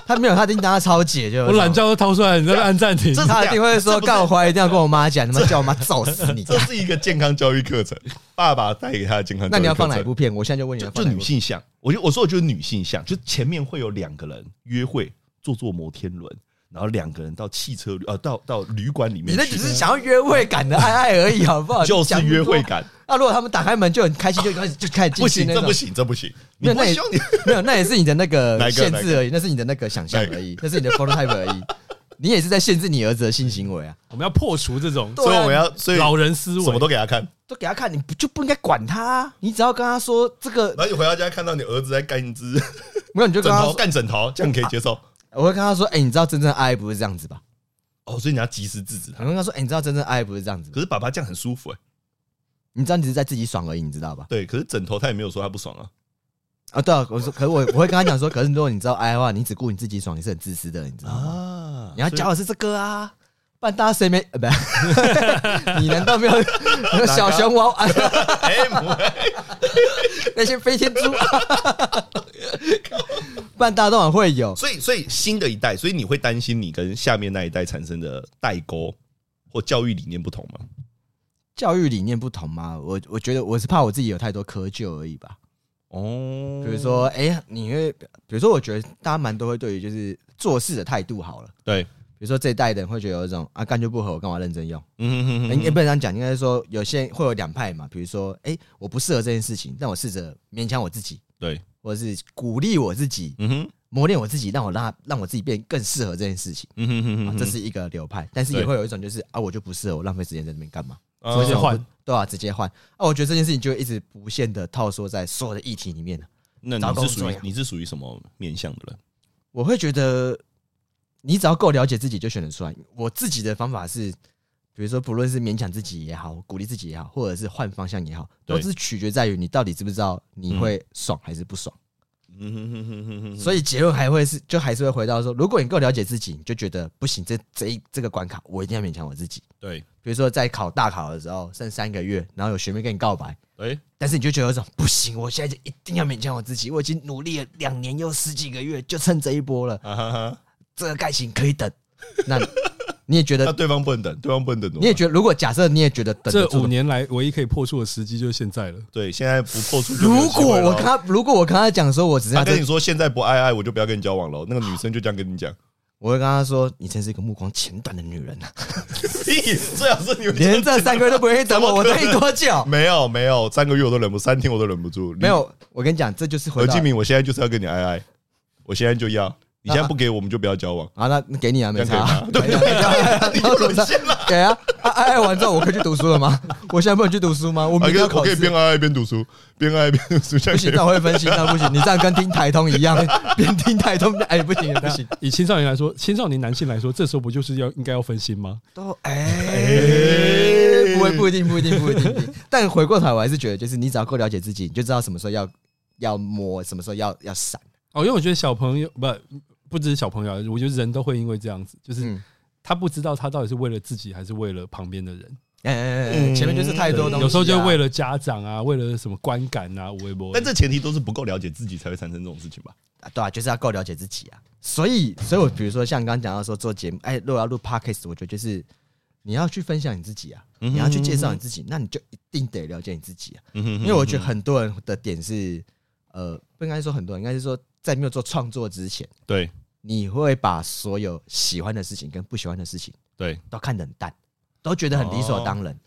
他没有，他一定当他超姐就有
我懒觉都掏出来，你在那边按暂停。
这
他一定会说
这：“不是
干我回来一定要跟我妈讲，他妈叫我妈揍死 你
这是一个健康教育课程， 爸爸带给他的健康。”
那你要放哪一？部片？我现在就问你
就
要
就
放哪一
女
部，
性向，我就我说的就是女性向，就前面会有两个人约会，坐坐摩天轮，然后两个人到汽车旅呃到到旅馆里面去，
你那只是想呃要约会感 的爱爱而已，好不好？
就是约会。感，
啊那如果他们打开门就很开心，就开始就开始进
不
去
行，
那
这
种
不。行，这不行，
没有
你不
那也
需要你。
没有，那也是你的那
哪
个
一个
限
哪一
制
个
而已，那是你的那个想象
哪一个
而已，那是你的 prototype 而已。 你也是在限制你儿子的性行为啊！
我们要破除这种
对啊
所以我们要，所以
老人思
什么
维。
都给他看。
都给他看，你不就不应该管他啊！你只要跟他说这个，
然后你回到家看到你儿子在干一只
没有你就
枕
跟他
头，
说，
干枕头，这样可以接受
我会跟他说，哎，你知道真正的爱不是这样子吧？
哦。所以你要及时制止
我
他。
会跟他说，哎，你知道真正的爱不是这样子吧
可？是爸爸这样很舒服哎、
你知道你只是在自己爽而已，你知道吧？
对。可是枕头他也没有说他不爽啊。
啊，对啊，我说，可是我我会跟他讲说，可是如果你知道爱的话，你只顾你自己爽，你是很自私的，你知道吗？
啊
你要教的是这个啊，不然大家谁没？呃不， 你难道没有没有小熊娃娃
哎，不会
那些飞天猪？ 不然大家都很会有，
所以所以新的一代，所以你会担心你跟下面那一代产生的代沟或教育理念不同吗？
教育理念不同嘛？我我觉得我是怕我自己有太多窠臼而已吧。
哦
比如说，哎、你会，比如说，我觉得大家蛮都会对于就是做事的态度好了。
对，
比如说这一代的人会觉得有一种啊干就不合，我干嘛认真用？
嗯哼
应该不能这样讲，应该是说有些人会有两派嘛，比如说，哎、我不适合这件事情，但我试着勉强我自己，
对，
或者是鼓励我自己，
嗯哼，
磨练我自己，让我让它让我自己变更适合这件事情、
嗯哼哼
啊，这是一个流派。但是也
对
会有一种就是啊，我就不适合，我浪费时间在那边干嘛？
所以
这
就
种
换
不对啊，直接换啊！我觉得这件事情就会一直无限的套缩在所有的议题里面
那
糟
你
糕
是属
这
于
样
你是属于什么面向的人？
我会觉得，你只要够了解自己，就选得出来。我自己的方法是，比如说，不论是勉强自己也好，鼓励自己也好，或者是换方向也好，
对
都是取决在于你到底知不知道你会爽还是不爽。
嗯哼哼哼哼哼
所以结论还会是，就还是会回到说，如果你够了解自己，你就觉得不行，这这一这个关卡我一定要勉强我自己。
对，
比如说在考大考的时候，剩三个月，然后有学妹跟你告白。
哎，
但是你就觉得有一种不行，我现在就一定要勉强我自己，我已经努力了两年又十几个月，就趁这一波了。
啊哈哈，
这个感情可以等。那 你也觉
那
得，
对方不能等，对方不能等，
你也觉得，如果假设你也觉得等
这
得住
五
的，
年来唯一可以破处的时机就是现在了。
对，现在不破处就没有
如
机
果
会咯。
我跟他，如果我跟他讲说，我只剩
他
下
跟
这
你，说现在不爱爱，我就不要跟你交往了。那个女生就这样跟你讲，
我会跟他说，你真是一个目光浅短的女人啊！
屁最好是你们
连这三个月都不愿意等我，我
怎么可
等
能嗯
你多久？
没有没有三个月我都忍不，三天我都忍不住。
没有，我跟你讲，这就是
你，何
回到
敬明，我现在就是要跟你爱爱，我现在就要，你现在不给我们就不要交往，
啊，那那给你啊，没差啊，
这样可以 吗
没差啊
你就沦陷了。
给啊！啊爱爱完之后，我可以去读书了 吗？我现在不能去读书吗？我
我
明
可以
天要
我
考
啊可以
试。
边爱爱边读书，边爱爱边读书，这
不
样可
行，
以
那
吗。
我会分心，那不行，你这样跟听台通一样， 边听台通，哎，不行不行，
以青少年来说，青少年男性来说，这时候不就是要应该要分心吗？
都哎，不会不一定不一定不一定，不一定 但回过头来我还是觉得，就是你只要够了解自己，你就知道什么时候要要摸，什么时候要要闪。
哦，因为我觉得小朋友不不只是小朋友啊，我觉得人都会因为这样子，就是
嗯，
他不知道他到底是为了自己还是为了旁边的人，
哎哎哎，前面就是太多东西啊，
有时候就为
了
了家长啊，为了什么观感啊，微博。
但这前提都是不够了解自己才会产生这种事情吧？
对啊，就是要够了解自己啊。所以，所以我比如说像刚刚讲到说做节目，哎，如果要录 podcast，我觉得就是你要去分享你自己啊，
嗯哼
你要去介绍你自己，那你就一定得了解你自己啊。
嗯哼哼
因为我觉得很多人的点是，呃，不应该说很多人，应该是说在没有做创作之前。
嗯对
你会把所有喜欢的事情跟不喜欢的事情
对，
都看得很淡，都觉得很理
哦
所当然。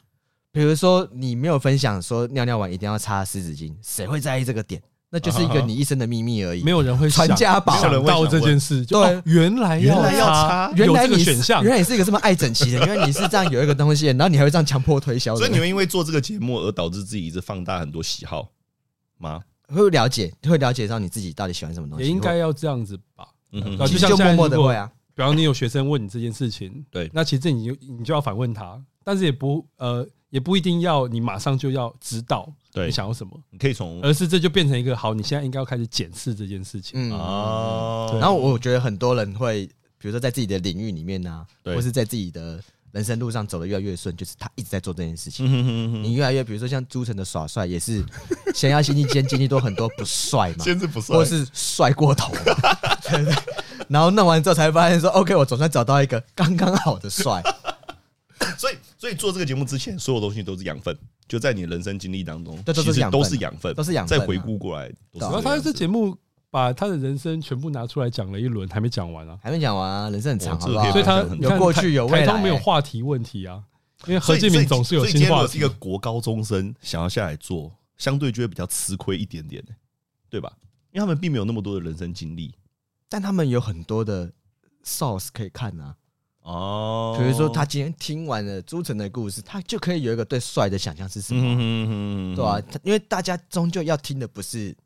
比如说，你没有分享说尿尿完一定要擦湿纸巾，谁会在意这个点？那就是一个你一生的秘密而已。
没有人会想
传家宝
想到这件事，就
对
哦原来
原来要
擦
擦，
原来
有这
你
个
是
选项
原，来你是一个这么爱整齐 的，原来你是这样有一个东西，然后你还会这样强迫推销的
所以你们因为做这个节目而导致自己一直放大很多喜好吗？
会了解，会了解到你自己到底喜欢什么东西。
也应该要这样子
嗯
吧。啊
哼，
其
就
实
像
就
现
默
在
默的
如果
会啊，
比方你有学生问你这件事情，
对
那其实你就你就要反问他，但是也不呃也不一定要你马上就要知道
对嗯
你，想要什么，
你可以从
呃
而是这就变成一个好，你现在应该要开始检视这件事情。
嗯。
哦，
然后我觉得很多人会，比如说在自己的领域里面呢、啊，
对
或是在自己的人生路上走得越来越顺，就是他一直在做这件事情。
嗯哼哼哼
你越来越，比如说像朱晨的耍帅，也是先要经历先经历多很多不帅嘛，
先是不
或
算，
是帅过头，对对然后弄完之后才发现说，OK，我总算找到一个刚刚好的帅。
所以所以做这个节目之前，所有东西都是养分，就在你人生经历当中，
对都
其
是
实
养分
都是养分，
都是养分
再
啊
回顾过来，都是
对
然
啊
这
后
样
他这
子
节目把他的人生全部拿出来讲了一轮，还没讲完啊，
还没讲完啊，人生很长，
哦
好
这
不
个可
好？
所以他
讲很
你看
有过去
台
有未来
台通没有话题问题啊，因为
欸所
何
以
建
所
明
以
总是有
所以今天
新
如
话
果是
题
一个。国高中生想要下来做，相对就会比较吃亏一点点、对吧？因为他们并没有那么多的人生经历
但他们有很多的 source 可以看啊，
哦
比如说他今天听完了朱晨的故事，他就可以有一个对帅的想象是什么。
嗯
对啊，他因为大家终究要听的不是，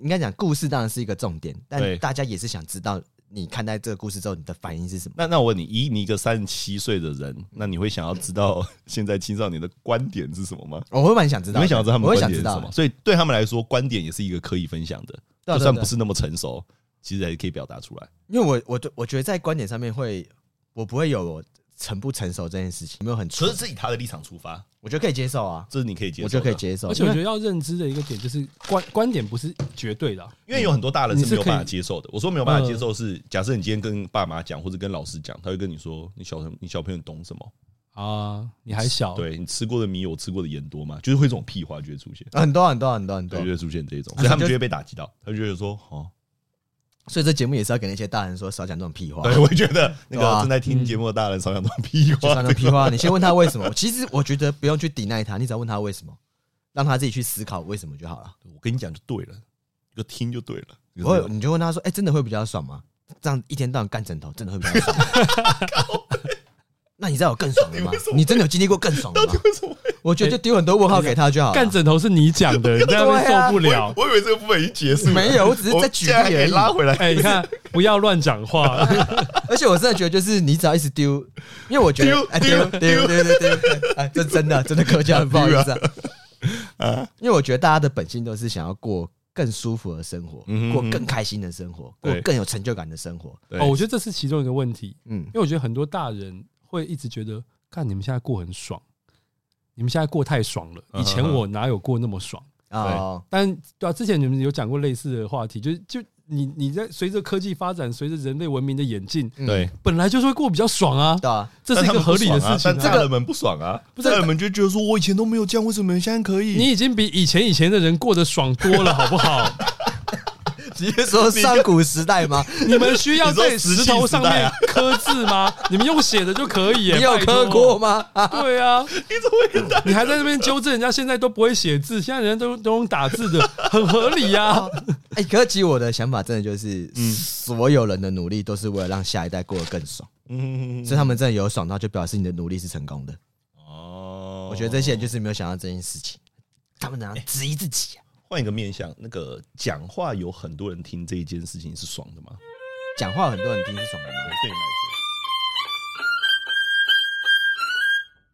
应该讲故事当然是一个重点，但
对
大家也是想知道你看待这个故事之后你的反应是什么。
那那我问你，以你一个三十七岁的人，那你会想要知道现在青少年的观点是什么吗？
我会蛮嗯想知
你
道的，
会想要知道他们
我
的
会想
观点
知
是
道
什
的
么？，所以对他们来说，观点也是一个可以分享的，
对啊对啊
就算
对啊
不是那么成熟，其实还是可以表达出来。
因为我我对我觉得在观点上面会，我不会有我成不成熟这件事情，有没有很
可
纯
是？是以他的立场出发，
我觉得可以接受啊，
这是你可以接受，
我觉得可以。接受，
而且我觉
因为
得要认知的一个点就是观观点不是绝对的啊、
因为有很多
嗯
大人
你
是
是
没有
可以
办法接受的。我说没有办法接受是，假设你今天跟爸妈讲，或者跟老师讲，他会跟你说，你小朋你小朋友懂什么？
啊，你还小，
对你吃过的米有吃过的盐多吗？就是会这种屁话就会出现，
啊很多很多很多很多
对，就，会出现这一种，
啊
所以他们
就
就会被打击到，他们就会说哦，
所以这节目也是要给那些大人说少讲这种 屁话。
对，我觉得那
对啊
个正在听节目的大人少讲这种屁
就
话，
算那屁话，你先问他为什么。其实我觉得不用去抵赖他，你只要问他为什么，让他自己去思考为什么就好了。
我跟你讲就对了，你就听就对了。
不会， 你就问他说：“哎、真的会比较爽吗？这样一天到晚干枕头，真的会比较爽吗？”那你知道有更爽的吗？你真的有经历过更爽的吗？我觉得就丢很多问号给他就好了。
干枕头是你讲的，你在那边
对啊
受不了。
我以为这个部分已经结束了，
没有，我只是在举例
我现可
而
以
已。
拉回来。
哎、你看，不要乱讲话。
而且我真的觉得，就是你只要一直丢，因为我觉得
丢
哎丢
丢
丢丢丢丢，哎，这真 的真的客家人不好意思啊。
啊
因为我觉得大家的本性都是想要过更舒服的生活，
嗯哼
过更开心的生活，过
对
更有成就感的生活。
对
哦，我觉得这是其中一个问题，
嗯
因，为我觉得很多大人会一直觉得，看你们现在过很爽，你们现在过太爽了，以前
嗯哼哼
我哪有过那么爽？
哦，
但对啊，之前你们有讲过类似的话题，就是就你你在随着科技发展，随着人类文明的演进，
嗯
对，
本来就是会过比较爽啊，
对 啊，
这是一个合理的事情、
但
啊。
大人们不爽啊，
不是
大人们就觉得说，我以前都没有这样，为什么你现在可以？
你已经比以前以前的人过得爽多了，好不好？
直接说上古时代 吗？
你们需要
你说
在
石
石
器
头
时
上
代
面
啊
刻字吗？你们用写的就可以耶。
你有
拜托
磕过？吗？啊
对 啊，
你怎么会跟他？
你还在那边纠正人家现在都不会写字，现在人家都都用打字的，很合理呀、 啊。
哎，可是其实我的想法真的就是，
嗯
所有人的努力都是为了让下一代过得更爽，
嗯
所以他们真的有爽到，就表示你的努力是成功的。
哦
我觉得这些人就是没有想到这件事情，他们怎样质疑自己啊？
换一个面向，那个讲话有很多人听这一件事情是爽的吗？
讲话很多人听是爽的吗？
对你来说。